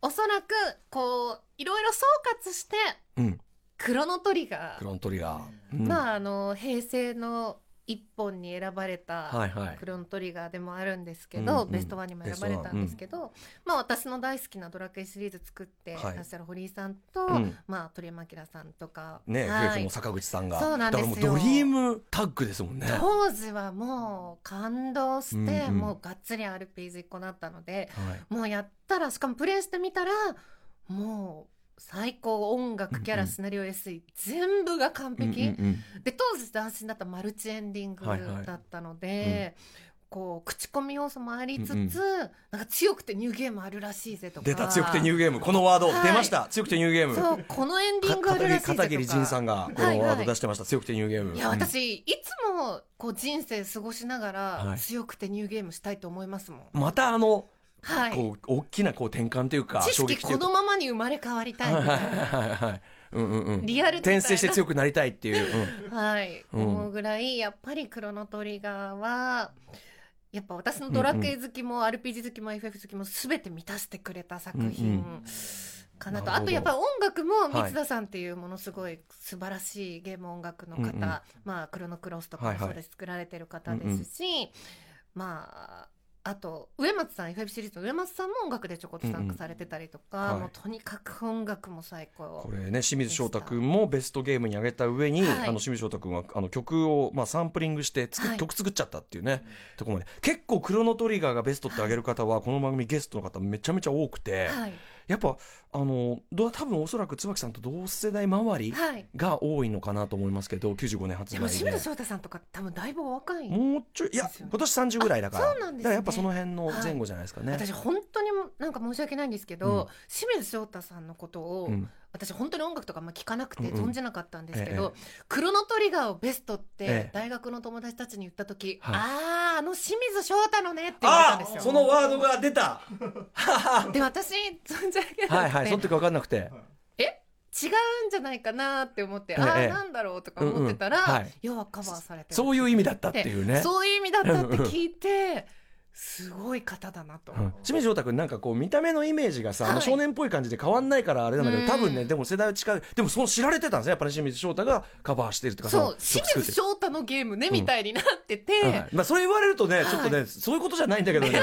[SPEAKER 2] おそらくこういろいろ総括して
[SPEAKER 1] うん、
[SPEAKER 2] クロノトリガ
[SPEAKER 1] ク
[SPEAKER 2] ー、
[SPEAKER 1] ロントリガー。うん
[SPEAKER 2] まああの平成の一本に選ばれた
[SPEAKER 1] はいはい
[SPEAKER 2] ク。ロノトリガーでもあるんですけ
[SPEAKER 1] うん
[SPEAKER 2] ど、
[SPEAKER 1] うん
[SPEAKER 2] ベストワンにも選ばれたんですけど、まあ私の大好きなドラクエシリーズ作って
[SPEAKER 1] はい
[SPEAKER 2] らっしゃる堀井さんと、
[SPEAKER 1] うん
[SPEAKER 2] まあ鳥山明さんとか、
[SPEAKER 1] ね、
[SPEAKER 2] は
[SPEAKER 1] FF
[SPEAKER 2] い
[SPEAKER 1] の坂口さんが。
[SPEAKER 2] そうなんですよ
[SPEAKER 1] だからもうドリームタッグですもんね。は
[SPEAKER 2] 当時はもう感動して、
[SPEAKER 1] うんうん
[SPEAKER 2] もうがっつり RPG っ子だったので、
[SPEAKER 1] い。
[SPEAKER 2] もうやったらしかもプレイしてみたらもう最高音楽キャ
[SPEAKER 1] うん
[SPEAKER 2] ラ
[SPEAKER 1] うん
[SPEAKER 2] シナリオ SE 全部が完璧、
[SPEAKER 1] うんうんうん
[SPEAKER 2] で当時斬新だったマルチエンディング
[SPEAKER 1] はいはい
[SPEAKER 2] だったので、こう口コミ要素もありつつ、
[SPEAKER 1] うんうん
[SPEAKER 2] なんか強くてニューゲームあるらしいぜとか
[SPEAKER 1] 出た強くてニューゲームこのワード、
[SPEAKER 2] はい
[SPEAKER 1] 出ました強くてニューゲーム。
[SPEAKER 2] そうこのエンディングあ
[SPEAKER 1] 片桐
[SPEAKER 2] るらしいぜと
[SPEAKER 1] 片
[SPEAKER 2] か
[SPEAKER 1] 桐仁さんがこのワード出してました、強くてニューゲーム。
[SPEAKER 2] いや
[SPEAKER 1] うん
[SPEAKER 2] 私いつもこう人生過ごしなが
[SPEAKER 1] は
[SPEAKER 2] ら
[SPEAKER 1] い
[SPEAKER 2] 強くてニューゲームしたいと思いますもん、
[SPEAKER 1] またあの、
[SPEAKER 2] はい
[SPEAKER 1] こう大きなこう転換というか
[SPEAKER 2] 知
[SPEAKER 1] 衝
[SPEAKER 2] 識
[SPEAKER 1] 撃とい
[SPEAKER 2] こ
[SPEAKER 1] うか
[SPEAKER 2] のままに生まれ変わりたい
[SPEAKER 1] はい
[SPEAKER 2] みた
[SPEAKER 1] はい
[SPEAKER 2] いな
[SPEAKER 1] はいはいうんうんうん
[SPEAKER 2] リアルみたいな
[SPEAKER 1] 転生して強くなりたいっていう、うん
[SPEAKER 2] はい、
[SPEAKER 1] うん
[SPEAKER 2] 思うぐらいやっぱりクロノトリガーはやっぱ私のドラクエ好きも RPG 好きも FF 好きも全て満たしてくれた作品かな
[SPEAKER 1] なるほ
[SPEAKER 2] と、
[SPEAKER 1] ど
[SPEAKER 2] あとやっぱ音楽も
[SPEAKER 1] はい
[SPEAKER 2] 三田さんっていうものすごい素晴らしいゲーム音楽の方、
[SPEAKER 1] うんうん
[SPEAKER 2] まあクロノクロスとかもそうです、作られてる方ですし、まああと植松さん FF シリーズの植松さんも音楽でちょこっと参加されてたりとか、
[SPEAKER 1] うんうん
[SPEAKER 2] もうとにかく音楽も最高
[SPEAKER 1] これね清水翔太君もベストゲームに挙げた上に、
[SPEAKER 2] はい
[SPEAKER 1] あの清水翔太君はあの曲を、まあ、サンプリングして作っ、
[SPEAKER 2] はい
[SPEAKER 1] 曲作っちゃったっていうねとこまで結構クロノトリガーがベストって挙げる方は、この番組ゲストの方めちゃめちゃ多くて、
[SPEAKER 2] はい
[SPEAKER 1] やっぱあのど多分おそらく椿さんと同世代周り
[SPEAKER 2] はい
[SPEAKER 1] が多いのかなと思いますけど95年発
[SPEAKER 2] で
[SPEAKER 1] 売
[SPEAKER 2] も清
[SPEAKER 1] で
[SPEAKER 2] 水。翔太さんとか多分だいぶお若い、
[SPEAKER 1] もうちょいいや
[SPEAKER 2] ですよね
[SPEAKER 1] 今年30ぐらいだから
[SPEAKER 2] あそうなん
[SPEAKER 1] だ
[SPEAKER 2] ですね
[SPEAKER 1] からやっぱその辺の前後じゃないですかね。
[SPEAKER 2] 私本当になんか申し訳ないんですけど、
[SPEAKER 1] うん
[SPEAKER 2] 清水翔太さんのことを、
[SPEAKER 1] うん
[SPEAKER 2] 私本当に音楽とかあんま聞かなくて
[SPEAKER 1] うんうん
[SPEAKER 2] 存じなかったんですけど、
[SPEAKER 1] え
[SPEAKER 2] クロノトリガーをベストっ
[SPEAKER 1] ええ
[SPEAKER 2] て大学の友達たちに言った時、
[SPEAKER 1] はい
[SPEAKER 2] あああの清水翔太のねって言われた
[SPEAKER 1] あ
[SPEAKER 2] んです
[SPEAKER 1] あ
[SPEAKER 2] よ。
[SPEAKER 1] そのワードが出た
[SPEAKER 2] で私存じ上げなくて、
[SPEAKER 1] はいはいその時分かんなくて
[SPEAKER 2] 違うんじゃないかなって思って、
[SPEAKER 1] ええ
[SPEAKER 2] あ
[SPEAKER 1] ええ
[SPEAKER 2] あなんだろうとか思ってたら、
[SPEAKER 1] うんうんはい
[SPEAKER 2] 要はカバーされてる
[SPEAKER 1] そういう意味だったっていうね。
[SPEAKER 2] そういう意味だったって聞いてすごい方だなと、
[SPEAKER 1] うん清水翔太君なんかこう見た目のイメージがさ、あの
[SPEAKER 2] はい
[SPEAKER 1] 少年っぽい感じで変わんないからあれなんだけど
[SPEAKER 2] うん
[SPEAKER 1] 多分ねでも世代は近いでもその知られてたんですねやっぱり清水翔太がカバーしてるとか
[SPEAKER 2] そう
[SPEAKER 1] その
[SPEAKER 2] 清
[SPEAKER 1] 曲作って
[SPEAKER 2] 水翔太のゲームね、みたいになってて、
[SPEAKER 1] るはいまあ、それ言われるとね、
[SPEAKER 2] い
[SPEAKER 1] ちょっとねそういうことじゃないんだけ どね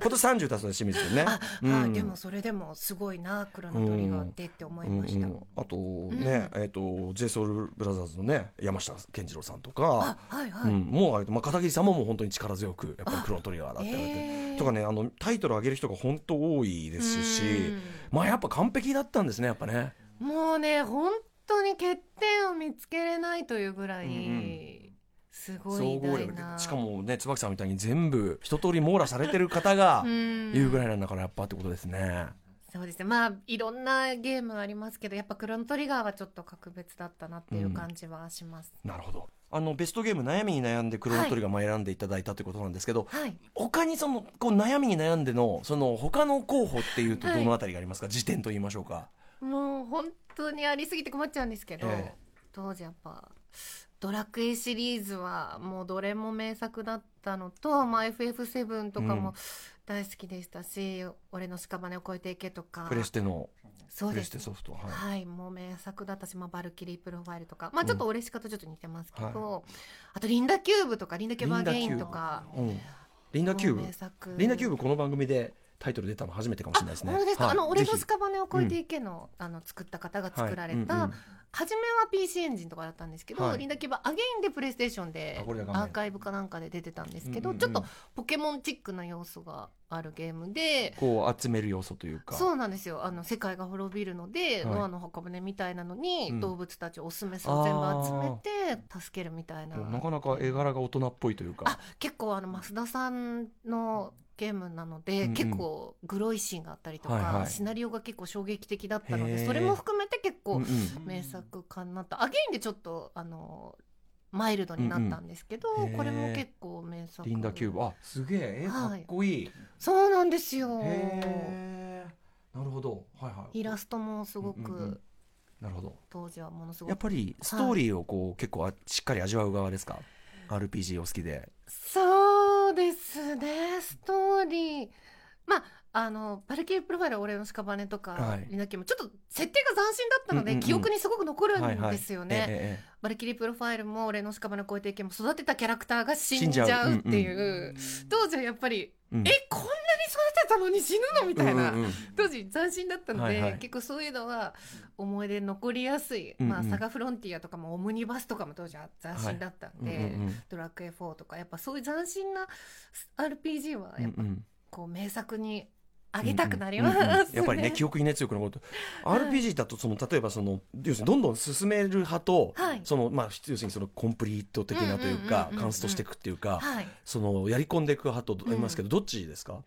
[SPEAKER 1] 今年30足すの清水君ね。
[SPEAKER 2] あ、
[SPEAKER 1] うん
[SPEAKER 2] はいでもそれでもすごいなクロノトリガーってって思いました、
[SPEAKER 1] うんうんあとね、えっ、と j ェ o u l b r o t h のね山下健二郎さんとか
[SPEAKER 2] あ、はいはい、
[SPEAKER 1] うん、もうあれまあ片桐さんももう本当に力強くやっぱりクロノトリガーだって言われて、
[SPEAKER 2] えー
[SPEAKER 1] とかねあのタイトル上げる人が本当多いですし、
[SPEAKER 2] う
[SPEAKER 1] まあやっぱ完璧だったんですねやっぱね。
[SPEAKER 2] んもうね本当に欠点を見つけれないというぐらい、
[SPEAKER 1] うん
[SPEAKER 2] すごい
[SPEAKER 1] 総合
[SPEAKER 2] 偉大
[SPEAKER 1] 力で
[SPEAKER 2] な
[SPEAKER 1] しかもね椿さんみたいに全部一通り網羅されてる方が
[SPEAKER 2] うん
[SPEAKER 1] 言うぐらいなんだからやっぱってことですね。
[SPEAKER 2] そうですねまあいろんなゲームありますけどやっぱクロノトリガーはちょっと格別だったなっていう感じはします、
[SPEAKER 1] なるほどあのベストゲーム悩みに悩んでクロノトリガーも選んでいただいたということなんですけど、
[SPEAKER 2] はい
[SPEAKER 1] 他にそのこう悩みに悩んでのその他の候補っていうとどのあたりがありますか、時点と言いましょうか。
[SPEAKER 2] もう本当にありすぎて困っちゃうんですけど、
[SPEAKER 1] ええ
[SPEAKER 2] 当時やっぱ「ドラクエ」シリーズはもうどれも名作だったのと、まあ、FF7 とか
[SPEAKER 1] うん
[SPEAKER 2] も大好きでしたし「俺の屍を越えていけ」とか
[SPEAKER 1] プレステの
[SPEAKER 2] そう
[SPEAKER 1] プレ
[SPEAKER 2] で
[SPEAKER 1] ス
[SPEAKER 2] す
[SPEAKER 1] テソフトはい。
[SPEAKER 2] はい、もう名作だったし、まあ、バルキリープロファイルとか、まあ、ちょっと俺しかとちょっと似てますけど、
[SPEAKER 1] うん
[SPEAKER 2] あとリンダキューブとかリンダキューブアゲインとか
[SPEAKER 1] うん、リンダキュー
[SPEAKER 2] もう
[SPEAKER 1] ブ
[SPEAKER 2] 名作
[SPEAKER 1] リンダキューブこの番組でタイトル出たの初めてかもしれないですね。
[SPEAKER 2] 本当ですか、
[SPEAKER 1] はい
[SPEAKER 2] あの
[SPEAKER 1] ぜ
[SPEAKER 2] 俺
[SPEAKER 1] ひ
[SPEAKER 2] の屍を越えていけの,、あの作った方が作られた、
[SPEAKER 1] はいうんうん
[SPEAKER 2] 初めは PC エンジンとかだったんですけど、
[SPEAKER 1] はい
[SPEAKER 2] リンダキューバーアゲインでプレイステーションで
[SPEAKER 1] あ
[SPEAKER 2] ア
[SPEAKER 1] これが画面
[SPEAKER 2] ーカイブかなんかで出てたんですけど、
[SPEAKER 1] うんうんうん
[SPEAKER 2] ちょっとポケモンチックな要素があるゲームで。
[SPEAKER 1] こう集める要素というか。
[SPEAKER 2] そうなんですよあの世界が滅びるので、
[SPEAKER 1] はい
[SPEAKER 2] ノアの箱舟みたいなのに、
[SPEAKER 1] うん
[SPEAKER 2] 動物たちをオスメスを全部集めて助けるみたいな
[SPEAKER 1] なかなか絵柄が大人っぽいというか
[SPEAKER 2] あ。結構あの増田さんのゲームなの
[SPEAKER 1] う
[SPEAKER 2] で、
[SPEAKER 1] んうん
[SPEAKER 2] 結構グロいシーンがあったりとか、
[SPEAKER 1] はいはい
[SPEAKER 2] シナリオが結構衝撃的だったの
[SPEAKER 1] へー
[SPEAKER 2] でそれも含めて結
[SPEAKER 1] う
[SPEAKER 2] 構
[SPEAKER 1] んうん
[SPEAKER 2] 名作かなと、アゲインでちょっとあのマイルドになったんですけど、
[SPEAKER 1] うんうんへー
[SPEAKER 2] これも結構名作
[SPEAKER 1] リンダキューブあすげえ絵か
[SPEAKER 2] は
[SPEAKER 1] っ
[SPEAKER 2] い
[SPEAKER 1] こいい。
[SPEAKER 2] そうなんですよ
[SPEAKER 1] へえ。なるほどはいはい。
[SPEAKER 2] イラストもすご
[SPEAKER 1] うんうんうん
[SPEAKER 2] く
[SPEAKER 1] なるほど。
[SPEAKER 2] 当時はものすご
[SPEAKER 1] やっ
[SPEAKER 2] く
[SPEAKER 1] ぱりストーリーをこう結構あしっかり味わう側ですか。RPG お好きで。
[SPEAKER 2] そうですねストーリーまああの「バルキリープロファイルは俺の屍」と
[SPEAKER 1] は
[SPEAKER 2] か
[SPEAKER 1] い
[SPEAKER 2] になきもちょっと設定が斬新だったの
[SPEAKER 1] うん
[SPEAKER 2] で
[SPEAKER 1] うんうん
[SPEAKER 2] 記憶にすごく残る
[SPEAKER 1] はい
[SPEAKER 2] ん
[SPEAKER 1] はい
[SPEAKER 2] ですよ
[SPEAKER 1] ええ
[SPEAKER 2] ね。
[SPEAKER 1] ええ
[SPEAKER 2] バルキリープロファイルも俺の屍を超えていけも育てたキャラクターが死んじゃうっていう当時はやっぱり
[SPEAKER 1] うん
[SPEAKER 2] えこんなに育てたのに死ぬのみたいな
[SPEAKER 1] うんうんうん
[SPEAKER 2] 当時斬新だったの
[SPEAKER 1] はいはい
[SPEAKER 2] で結構そういうのは思い出に残りやすい
[SPEAKER 1] うんうん
[SPEAKER 2] まあサガフロンティアとかもオムニバスとかも当時は斬新だったん
[SPEAKER 1] うんう
[SPEAKER 2] で
[SPEAKER 1] んうん
[SPEAKER 2] ドラクエ4とかやっぱそういう斬新な RPG はやっぱ
[SPEAKER 1] うんうん
[SPEAKER 2] こう名作にあげたくなりま
[SPEAKER 1] う
[SPEAKER 2] す、
[SPEAKER 1] ん うんうんやっぱりね記
[SPEAKER 2] 憶
[SPEAKER 1] 憶にね強く残ると
[SPEAKER 2] はい
[SPEAKER 1] RPG だとその例えばその要するにどんどん進める派と、
[SPEAKER 2] はい
[SPEAKER 1] そのまあ要するにそのコンプリート的なという
[SPEAKER 2] うんうんうん
[SPEAKER 1] か
[SPEAKER 2] うんうん
[SPEAKER 1] カンストしていくっていうか、
[SPEAKER 2] はい
[SPEAKER 1] そのやり込んでいく派とありますけど、どっちですか、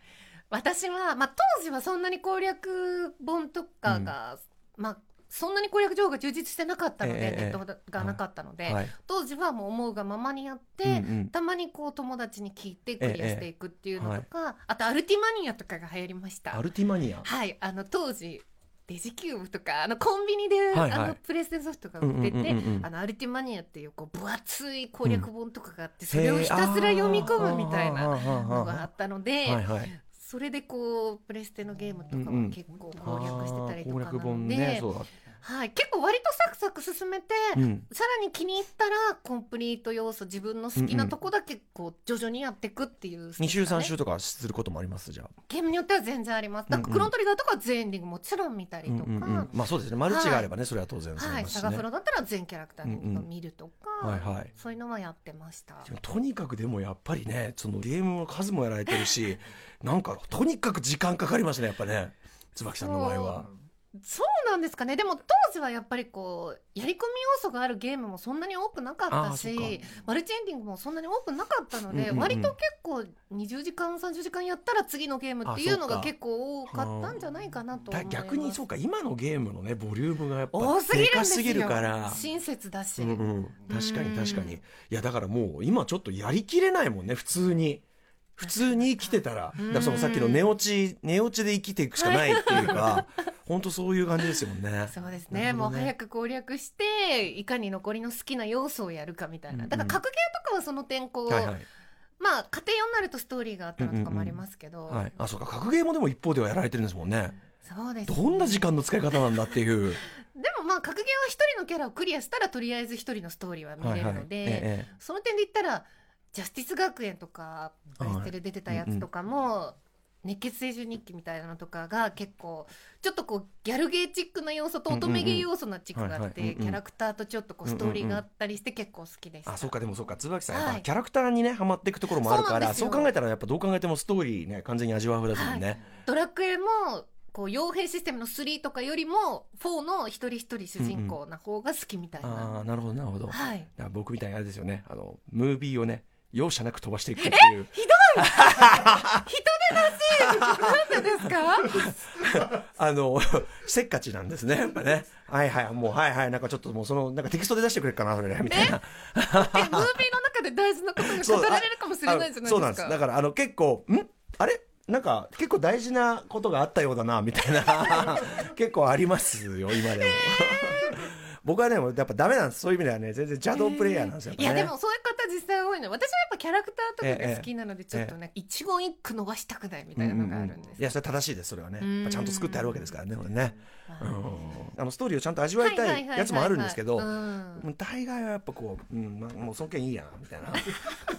[SPEAKER 2] 私は、まあ、当時はそんなに攻略本とかが、まあそんなに攻略情報が充実してなかったので、
[SPEAKER 1] ええええ
[SPEAKER 2] ネットがなかったので、
[SPEAKER 1] はい。
[SPEAKER 2] 当時はもう思うがままにやって、
[SPEAKER 1] うんうん
[SPEAKER 2] たまにこう友達に聞いてクリアしていくっていうのとか、
[SPEAKER 1] え
[SPEAKER 2] あとアルティマニアとかが流行りました
[SPEAKER 1] アルティマニア。
[SPEAKER 2] はい、あの当時デジキューブとかあのコンビニで、
[SPEAKER 1] はいはい
[SPEAKER 2] あのプレステソフトが売ってて、
[SPEAKER 1] うんうんうんうん
[SPEAKER 2] あのアルティマニアっていうこう分厚い攻略本とかがあって、それをひたすら読み込むみたいなのがあ
[SPEAKER 1] は
[SPEAKER 2] ったので、
[SPEAKER 1] いはい。
[SPEAKER 2] それでこうプレステのゲームとか
[SPEAKER 1] うんう
[SPEAKER 2] は
[SPEAKER 1] ん
[SPEAKER 2] 結構攻略してたりとか
[SPEAKER 1] あー攻
[SPEAKER 2] な
[SPEAKER 1] 略
[SPEAKER 2] の
[SPEAKER 1] 本
[SPEAKER 2] で、
[SPEAKER 1] ね、そうだ。
[SPEAKER 2] はい、結構割とサクサク進めて、
[SPEAKER 1] うん
[SPEAKER 2] さらに気に入ったらコンプリート要素自分の好きなとこだけこう徐々にやっていくっていう、
[SPEAKER 1] 2週3週とかすることもありますじゃあ、
[SPEAKER 2] ゲームによっては全然ありますだか
[SPEAKER 1] うんうん
[SPEAKER 2] らクロントリガーとかは全エンディングもちろん見たり
[SPEAKER 1] うん
[SPEAKER 2] と
[SPEAKER 1] う
[SPEAKER 2] か、
[SPEAKER 1] んうん、まあそうですねマルチがあればね、それは当然そう
[SPEAKER 2] は
[SPEAKER 1] で
[SPEAKER 2] い、
[SPEAKER 1] す
[SPEAKER 2] サ
[SPEAKER 1] し
[SPEAKER 2] ガ
[SPEAKER 1] ね
[SPEAKER 2] フロだったら全キャラクター
[SPEAKER 1] う
[SPEAKER 2] と
[SPEAKER 1] んうん
[SPEAKER 2] 見るとか、
[SPEAKER 1] はいはい
[SPEAKER 2] そういうのはやってました
[SPEAKER 1] でもとにかくでもやっぱりねそのゲームの数もやられてるしなんかとにかく時間かかりましたねやっぱね椿さんの場合は。
[SPEAKER 2] そうなんですかねでも当時はやっぱりこうやり込み要素があるゲームもそんなに多くなかった
[SPEAKER 1] あーそっ
[SPEAKER 2] しマルチエンディングもそんなに多くなかったの
[SPEAKER 1] うん
[SPEAKER 2] で、
[SPEAKER 1] うんうん
[SPEAKER 2] 割と結構20時間30時間やったら次のゲームっていうの
[SPEAKER 1] あそ
[SPEAKER 2] が
[SPEAKER 1] うか
[SPEAKER 2] 結構多かったんじゃないかなと思い
[SPEAKER 1] だ
[SPEAKER 2] ます
[SPEAKER 1] 逆にそうか今のゲームのねボリュームがやっぱ
[SPEAKER 2] 多すぎるん
[SPEAKER 1] で
[SPEAKER 2] ですよ
[SPEAKER 1] かすぎるから。
[SPEAKER 2] 親切だし、
[SPEAKER 1] うんうん、確かに
[SPEAKER 2] うん
[SPEAKER 1] 確かにいやだからもう今ちょっとやりきれないもんね普通に普通に生きてたら
[SPEAKER 2] うん
[SPEAKER 1] だからそのさっきの寝落ち寝落ちで生きていくしかないっていう か本当そういう感じですよね
[SPEAKER 2] そうです
[SPEAKER 1] な
[SPEAKER 2] ね
[SPEAKER 1] る
[SPEAKER 2] も
[SPEAKER 1] ほ
[SPEAKER 2] う
[SPEAKER 1] どね
[SPEAKER 2] 早く攻略していかに残りの好きな要素をやるかみた
[SPEAKER 1] う
[SPEAKER 2] い
[SPEAKER 1] んう
[SPEAKER 2] なんだから格ゲーとかはその点こう、
[SPEAKER 1] はいはい
[SPEAKER 2] まあ家庭用になるとストーリーがあったのとかもありますけど、
[SPEAKER 1] はい、あそうか格ゲーもでも一方ではやられてるんですもんね
[SPEAKER 2] そうです、
[SPEAKER 1] どんな時間の使い方なんだっていう
[SPEAKER 2] でもまあ格ゲーは一人のキャラをクリアしたらとりあえず一人のストーリーは見れるの
[SPEAKER 1] は
[SPEAKER 2] で、
[SPEAKER 1] いはいえ
[SPEAKER 2] その点で言ったらジャスティス学園とかプレステで出てたやつとかも、熱血青春日記みたいなのとかが結構ちょっとこうギャルゲーチックな要素と乙女ゲー要素なチックがあっ
[SPEAKER 1] うんうんうんはいはい
[SPEAKER 2] て
[SPEAKER 1] うんうん
[SPEAKER 2] キャラクターとちょっとこうストーリーがあったりして結構好きでし
[SPEAKER 1] え
[SPEAKER 2] た。
[SPEAKER 1] あそうかでもそうか椿さん、やっ
[SPEAKER 2] は
[SPEAKER 1] ぱ
[SPEAKER 2] い
[SPEAKER 1] キャラクターにねハマっていくところもあるからそ
[SPEAKER 2] そううなんですよ
[SPEAKER 1] 考えたらやっぱどう考えてもストーリーね完全に味わう方ですもんね、
[SPEAKER 2] ドラクエもこう傭兵システムの3とかよりも4の一人一人主人公な方が好きみたいな。
[SPEAKER 1] ああなるほどなるほど、
[SPEAKER 2] はい。
[SPEAKER 1] だから僕みたいにあれですよねあのムービーをね容赦なく飛ばしていくっていう
[SPEAKER 2] なんでですか？
[SPEAKER 1] あの せっかちなんですねやっぱねはいはいもうはいはいなんかちょっともうそのなんかテキストで出してくれるかなそれみたいな
[SPEAKER 2] え、ムービーの中で大事なことが語られるかもしれないじゃないですか。
[SPEAKER 1] あそうなんですだからあの結構んあれなんか結構大事なことがあったようだなみたいな 結構ありますよ今でも、 僕はねもうやっぱダメなんですそういう意味ではね全然邪道プレイヤーなんですよ、
[SPEAKER 2] い
[SPEAKER 1] や
[SPEAKER 2] や
[SPEAKER 1] っぱね
[SPEAKER 2] でもそういう方実際多いの私はやっぱキャラクターとかが好きなのでちょっとね、一言一句伸ばしたくないみたいなのがあるんです
[SPEAKER 1] いやそれは正しいですそれはね
[SPEAKER 2] うん
[SPEAKER 1] まあちゃんと作ってあるわけですからねこれね、う
[SPEAKER 2] は
[SPEAKER 1] ん、あのストーリーをちゃんと味わいたいやつもあるんですけど
[SPEAKER 2] はいはいはいはいうん
[SPEAKER 1] もう大概はやっぱこう、うん、まあもうその件いいやな みたい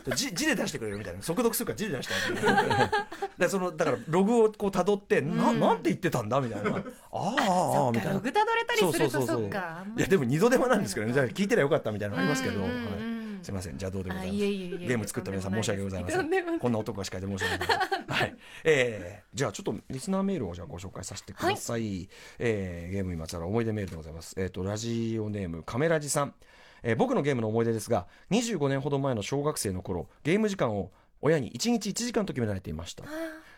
[SPEAKER 1] な字字で出してくれるみたいな速読するから 字で出してみたいなだからそのだからログをこう辿って、な
[SPEAKER 2] うん
[SPEAKER 1] なんて言ってたんだみたいなあああ
[SPEAKER 2] そ
[SPEAKER 1] あ
[SPEAKER 2] っ
[SPEAKER 1] みた
[SPEAKER 2] か
[SPEAKER 1] いな
[SPEAKER 2] ログたどれたりする
[SPEAKER 1] そうそうそう
[SPEAKER 2] と
[SPEAKER 1] そう
[SPEAKER 2] そっかあんま
[SPEAKER 1] い
[SPEAKER 2] り
[SPEAKER 1] やでも二度手間なんですけどねじゃあ聞いてりゃよかったみたいなのありますけど、
[SPEAKER 2] うんうん
[SPEAKER 1] はい
[SPEAKER 2] うん
[SPEAKER 1] すいません邪道でござい
[SPEAKER 2] あ
[SPEAKER 1] ます
[SPEAKER 2] いえいえいえ
[SPEAKER 1] ゲーム作った皆さん申し訳ございませ
[SPEAKER 2] と
[SPEAKER 1] ん
[SPEAKER 2] んで もない
[SPEAKER 1] こんな男が司会で申し訳ござ いませんはいえー、じゃあちょっとリスナーメールをじゃあご紹介させてください、えーゲーム今更思い出メールでございますえっ、とラジオネームカメラジさん、えー僕のゲームの思い出ですが25年ほど前の小学生の頃ゲーム時間を親に1日1時間と決められていました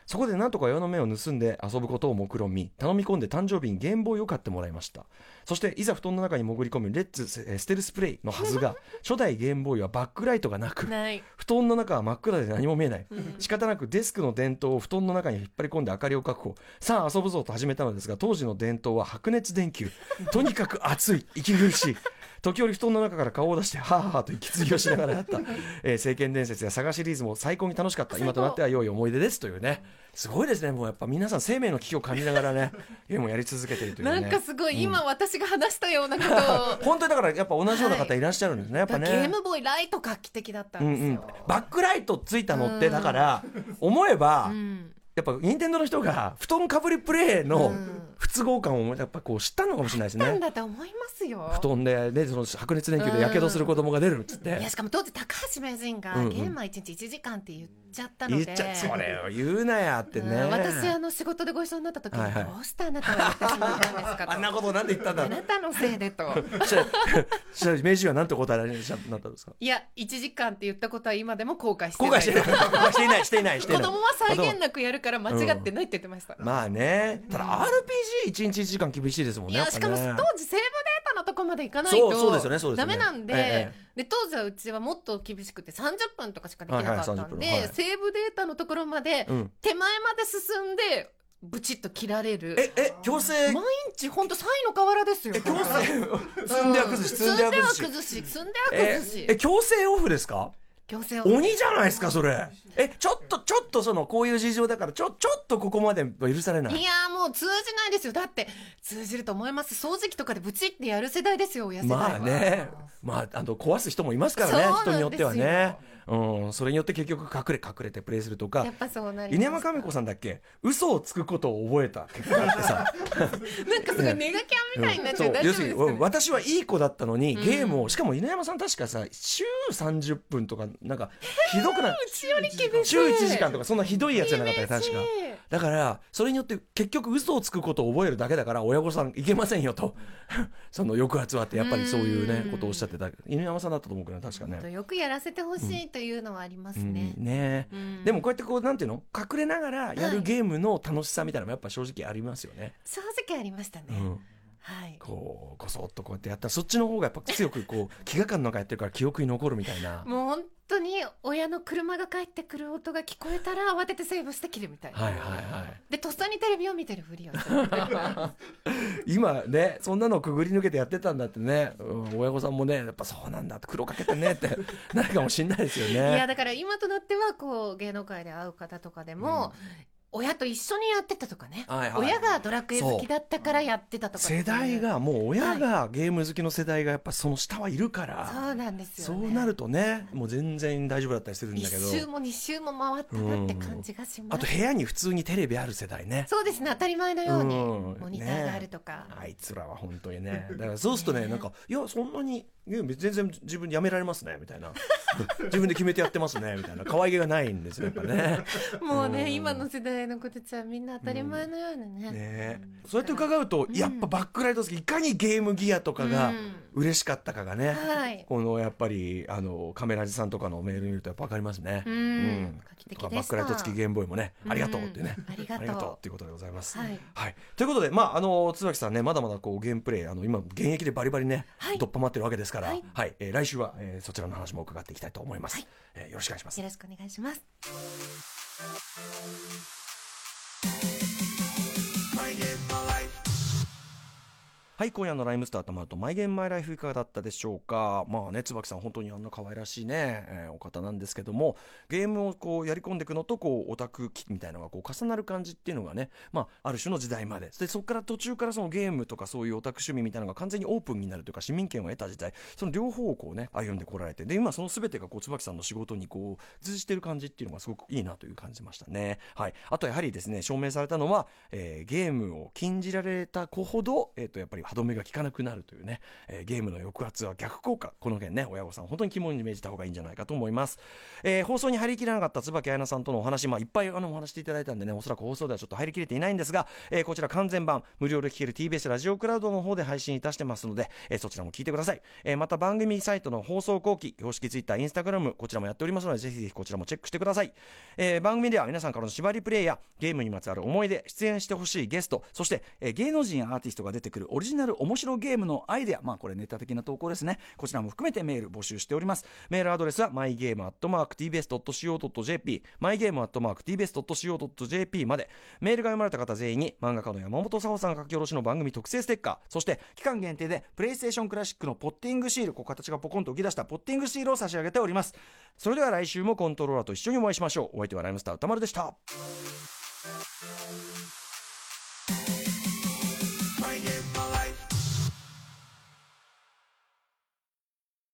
[SPEAKER 1] そこでなんとか親の目を盗んで遊ぶことを目論み頼み込んで誕生日にゲームボーイを買ってもらいましたそしていざ布団の中に潜り込むレッツえーステルスプレイのはず が初代ゲームボーイはバックライトがなく
[SPEAKER 2] ない
[SPEAKER 1] 布団の中は真っ暗で何も見えない、 仕方なくデスクの電灯を布団の中に引っ張り込んで明かりを確保さあ遊ぶぞと始めたのですが当時の電灯は白熱電球とにかく暑い息苦しい時折布団の中から顔を出してはあはあと息継ぎをしながらや った「えー、聖剣伝説」や「サガシリーズ」も最高に楽しかった今となっては良い思い出ですというねすごいですねもうやっぱ皆さん生命の危機を感じながら ねゲームをやり続けているという
[SPEAKER 2] な
[SPEAKER 1] ね
[SPEAKER 2] んかすごい今私が話したようなことを
[SPEAKER 1] 本当にだからやっぱ同じような方いらっしゃるん ですね、やっ
[SPEAKER 2] ゲ
[SPEAKER 1] ぱね
[SPEAKER 2] ームボーイライト画期的だった
[SPEAKER 1] うん
[SPEAKER 2] んです
[SPEAKER 1] うん
[SPEAKER 2] よ、
[SPEAKER 1] バックライトついたのって
[SPEAKER 2] うん
[SPEAKER 1] だから思えば、
[SPEAKER 2] うん
[SPEAKER 1] やっぱ任天堂の人が布団かぶりプレイ
[SPEAKER 2] う
[SPEAKER 1] の
[SPEAKER 2] ん
[SPEAKER 1] 不都合感をやっぱこう知ったのかもしれないです
[SPEAKER 2] なん
[SPEAKER 1] ね。
[SPEAKER 2] だと思いますよ
[SPEAKER 1] 布団で、ね、その白熱電球でやけどする子供が出るっつっ
[SPEAKER 2] い
[SPEAKER 1] て
[SPEAKER 2] や。しかも当時高橋名人が
[SPEAKER 1] うんうん
[SPEAKER 2] ゲームは1日1時間って言っちゃったの
[SPEAKER 1] 言
[SPEAKER 2] で、
[SPEAKER 1] っちゃそれを言うなやってね。
[SPEAKER 2] うん私あの仕事でご一緒になった時に、
[SPEAKER 1] はいはい
[SPEAKER 2] どうしてあなたはやってしまったんですか と
[SPEAKER 1] あんなことなんで言ったんだ
[SPEAKER 2] あなたのせいでと
[SPEAKER 1] そしたらそしたら名人はなんて答えられるようになったんですか
[SPEAKER 2] いや1時間って言ったことは今でも後悔して
[SPEAKER 1] 後
[SPEAKER 2] ない
[SPEAKER 1] 悔してない。後悔してい ない、していない、していな
[SPEAKER 2] 子
[SPEAKER 1] い。
[SPEAKER 2] 供は際限なくやるから間違ってないって言ってました、
[SPEAKER 1] まあね。ただ RPG1 日1時間厳しいですもん
[SPEAKER 2] い
[SPEAKER 1] ね。
[SPEAKER 2] や
[SPEAKER 1] っぱ
[SPEAKER 2] しか
[SPEAKER 1] ね
[SPEAKER 2] も当時セーブデータのとこまでいかない
[SPEAKER 1] そうそうですよねそう
[SPEAKER 2] と
[SPEAKER 1] ですよ
[SPEAKER 2] ダ
[SPEAKER 1] ね
[SPEAKER 2] メなんで,、
[SPEAKER 1] え
[SPEAKER 2] で当時はうちはもっと厳しくて30分とかしかできなかった
[SPEAKER 1] はいはい30
[SPEAKER 2] ん
[SPEAKER 1] 分
[SPEAKER 2] で、
[SPEAKER 1] はい
[SPEAKER 2] セーブデータのところまで、
[SPEAKER 1] うん
[SPEAKER 2] 手前まで進んでブチッと切られる
[SPEAKER 1] え、え、強制
[SPEAKER 2] 毎日ほんと3位の河原ですよ
[SPEAKER 1] え強制 積んでは崩し積んでは崩し
[SPEAKER 2] 積んでは崩し積んでは
[SPEAKER 1] え
[SPEAKER 2] 崩し
[SPEAKER 1] え強制オフですか
[SPEAKER 2] 行政を
[SPEAKER 1] 鬼じゃないですかそれえちょっとちょっとそのこういう事情だからちょちょっとここまでは許されないい
[SPEAKER 2] やーもう通じないですよだって通じると思います掃除機とかでブチってやる世代ですよ親世代は
[SPEAKER 1] まあねまああの壊す人もいますから
[SPEAKER 2] そう
[SPEAKER 1] ね
[SPEAKER 2] なん
[SPEAKER 1] 人によっては
[SPEAKER 2] で
[SPEAKER 1] ねうんそれによって結局隠れ隠れてプレイするとか
[SPEAKER 2] やっぱそうなり
[SPEAKER 1] 犬山神子さんだっけ嘘をつくことを覚え た結果があってさ
[SPEAKER 2] なんかすごいネガキャンみたいになっちゃう、
[SPEAKER 1] そう
[SPEAKER 2] 大丈
[SPEAKER 1] 要
[SPEAKER 2] 夫
[SPEAKER 1] するに
[SPEAKER 2] ですかね
[SPEAKER 1] うん私はいい子だったのに
[SPEAKER 2] うん
[SPEAKER 1] ゲームをしかも犬山さん確かさ週30分とかなんかひどくないう
[SPEAKER 2] ちより厳しい
[SPEAKER 1] 週1時間とかそんなひどいやつじゃなかったよ確か
[SPEAKER 2] 厳しい
[SPEAKER 1] だからそれによって結局嘘をつくことを覚えるだけだから親御さんいけませんよと その抑圧はってやっぱりそういう
[SPEAKER 2] う
[SPEAKER 1] ね
[SPEAKER 2] ん
[SPEAKER 1] ことをおっしゃってた犬山さんだったと思うけど確か
[SPEAKER 2] ほんと
[SPEAKER 1] ね。
[SPEAKER 2] よくやらせてほしいというのはあります
[SPEAKER 1] うん
[SPEAKER 2] ね
[SPEAKER 1] ね、え
[SPEAKER 2] うん
[SPEAKER 1] でもこうやってこうなんていうの隠れながらや
[SPEAKER 2] は
[SPEAKER 1] る
[SPEAKER 2] い
[SPEAKER 1] ゲームの楽しさみたいなのもやっぱ正直ありますよね。
[SPEAKER 2] 正直ありましたね、
[SPEAKER 1] うん
[SPEAKER 2] はい
[SPEAKER 1] こうこそっとこうやってやったらそっちの方がやっぱ強くこう飢餓感なんかやってるから記憶に残るみたいな。
[SPEAKER 2] もう本当に親の車が帰ってくる音が聞こえ たら慌ててセーブして切るみたいな、
[SPEAKER 1] はいはいはい。
[SPEAKER 2] でとっさにテレビを見てるふりをする
[SPEAKER 1] 今ねそんなのをくぐり抜けてやってたんだってね、うん、親御さんもねやっぱそうなんだって苦労かけてねって なるかもしんないですよ ね。
[SPEAKER 2] いやだから今となってはこう芸能界で会う方とかでも、親と一緒にやってたとかね、
[SPEAKER 1] はいはい
[SPEAKER 2] 親がドラクエ好きだったからやってたとかってい
[SPEAKER 1] 世
[SPEAKER 2] う
[SPEAKER 1] 代がもう親がゲーム好きの世代がやっぱその下はいるから、
[SPEAKER 2] そうなんですよ、
[SPEAKER 1] そ
[SPEAKER 2] ね、
[SPEAKER 1] うなるとねもう全然大丈夫だったりするんだ
[SPEAKER 2] 一
[SPEAKER 1] けど
[SPEAKER 2] 周も二周も回ったなって感じがし
[SPEAKER 1] あ
[SPEAKER 2] ま
[SPEAKER 1] と
[SPEAKER 2] す、
[SPEAKER 1] 部屋に普通にテレビある世代ね
[SPEAKER 2] そうですね当たり前のように
[SPEAKER 1] うん
[SPEAKER 2] モニターがあるとか、
[SPEAKER 1] あいつらは本当にねだからそうするとねなんかいやそんなにいや全然自分でやめられますねみたいな 自分で決めてやってますねみたいな可愛げがないんですよやっぱね
[SPEAKER 2] もう
[SPEAKER 1] う
[SPEAKER 2] ね
[SPEAKER 1] ん
[SPEAKER 2] 今の世代の子たちはみんな当たり前のようにね,、
[SPEAKER 1] ねそうやって伺うと、
[SPEAKER 2] うん
[SPEAKER 1] やっぱバックライト好きいかにゲームギアとかが嬉しかったかがね、
[SPEAKER 2] はい
[SPEAKER 1] このやっぱりあのカメラジさんとかのメール見るとやっぱ分かりますね。
[SPEAKER 2] うん、
[SPEAKER 1] ん
[SPEAKER 2] 画期的でした
[SPEAKER 1] バックライト付きゲームボーイもね、ありがとうってね。
[SPEAKER 2] うんありがとう
[SPEAKER 1] っていうことでございます。
[SPEAKER 2] はい
[SPEAKER 1] ということで、まあ、あの、椿さんね、まだまだこうゲームプレイ、あの、今現役でバリバリね、
[SPEAKER 2] はい
[SPEAKER 1] どっぱまってるわけですから。は
[SPEAKER 2] はいい、
[SPEAKER 1] えー来週は、えーそちらの話も伺っていきたいと思います。えーよろしくお願いします
[SPEAKER 2] よ。ろしくお願いします
[SPEAKER 1] はい、今夜のライムスターとまると、マイゲームマイライフいかがだったでしょうか。まあね、椿さん、本当にあんな可愛らしいね、えーお方なんですけども、ゲームをこうやり込んでいくのと、こう、オタクみたいなのがこう重なる感じっていうのがね、まあ、ある種の時代まで。で、そこから途中からそのゲームとかそういうオタク趣味みたいなのが完全にオープンになるというか、市民権を得た時代、その両方をこうね、歩んでこられて、で、今その全てがこう、椿さんの仕事にこう、通じてる感じっていうのがすごくいいなという感じましたね。はい。あとやはりですね、証明されたのは、えーゲームを禁じられた子ほど、えっ、と、やっぱり歯止めが効かなくなるというね、えーゲームの抑圧は逆効果。この件ね、親御さん、本当に肝に銘じた方がいいんじゃないかと思います。えー放送に入りきらなかった椿彩菜さんとのお話、まあ、いっぱいあのお話していただいたんでね、おそらく放送ではちょっと入りきれていないんですが、えーこちら完全版、無料で聴ける TBS ラジオクラウドの方で配信いたしてますので、えーそちらも聞いてください。えーまた番組サイトの放送後期、公式 Twitter、Instagram、こちらもやっておりますので、ぜひぜひこちらもチェックしてください。えー番組では皆さんからの縛りプレイや、ゲームにまつわる思い出、出演してほしいゲスト、そして、えー芸能人やアーティストが出てくるオリジナル面白ゲームのアイデア、まあこれネタ的な投稿ですね。こちらも含めてメール募集しております。メールアドレスは mygame.tbs.co.jp、mygame.tbs.co.jp まで。メールが読まれた方全員に漫画家の山本沙穂さんが書き下ろしの番組特製ステッカー、そして期間限定でプレイステーションクラシックのポッティングシール、こう形がポコンと浮き出したポッティングシールを差し上げております。それでは来週もコントローラーと一緒にお会いしましょう。お相手はライムスター歌丸でした。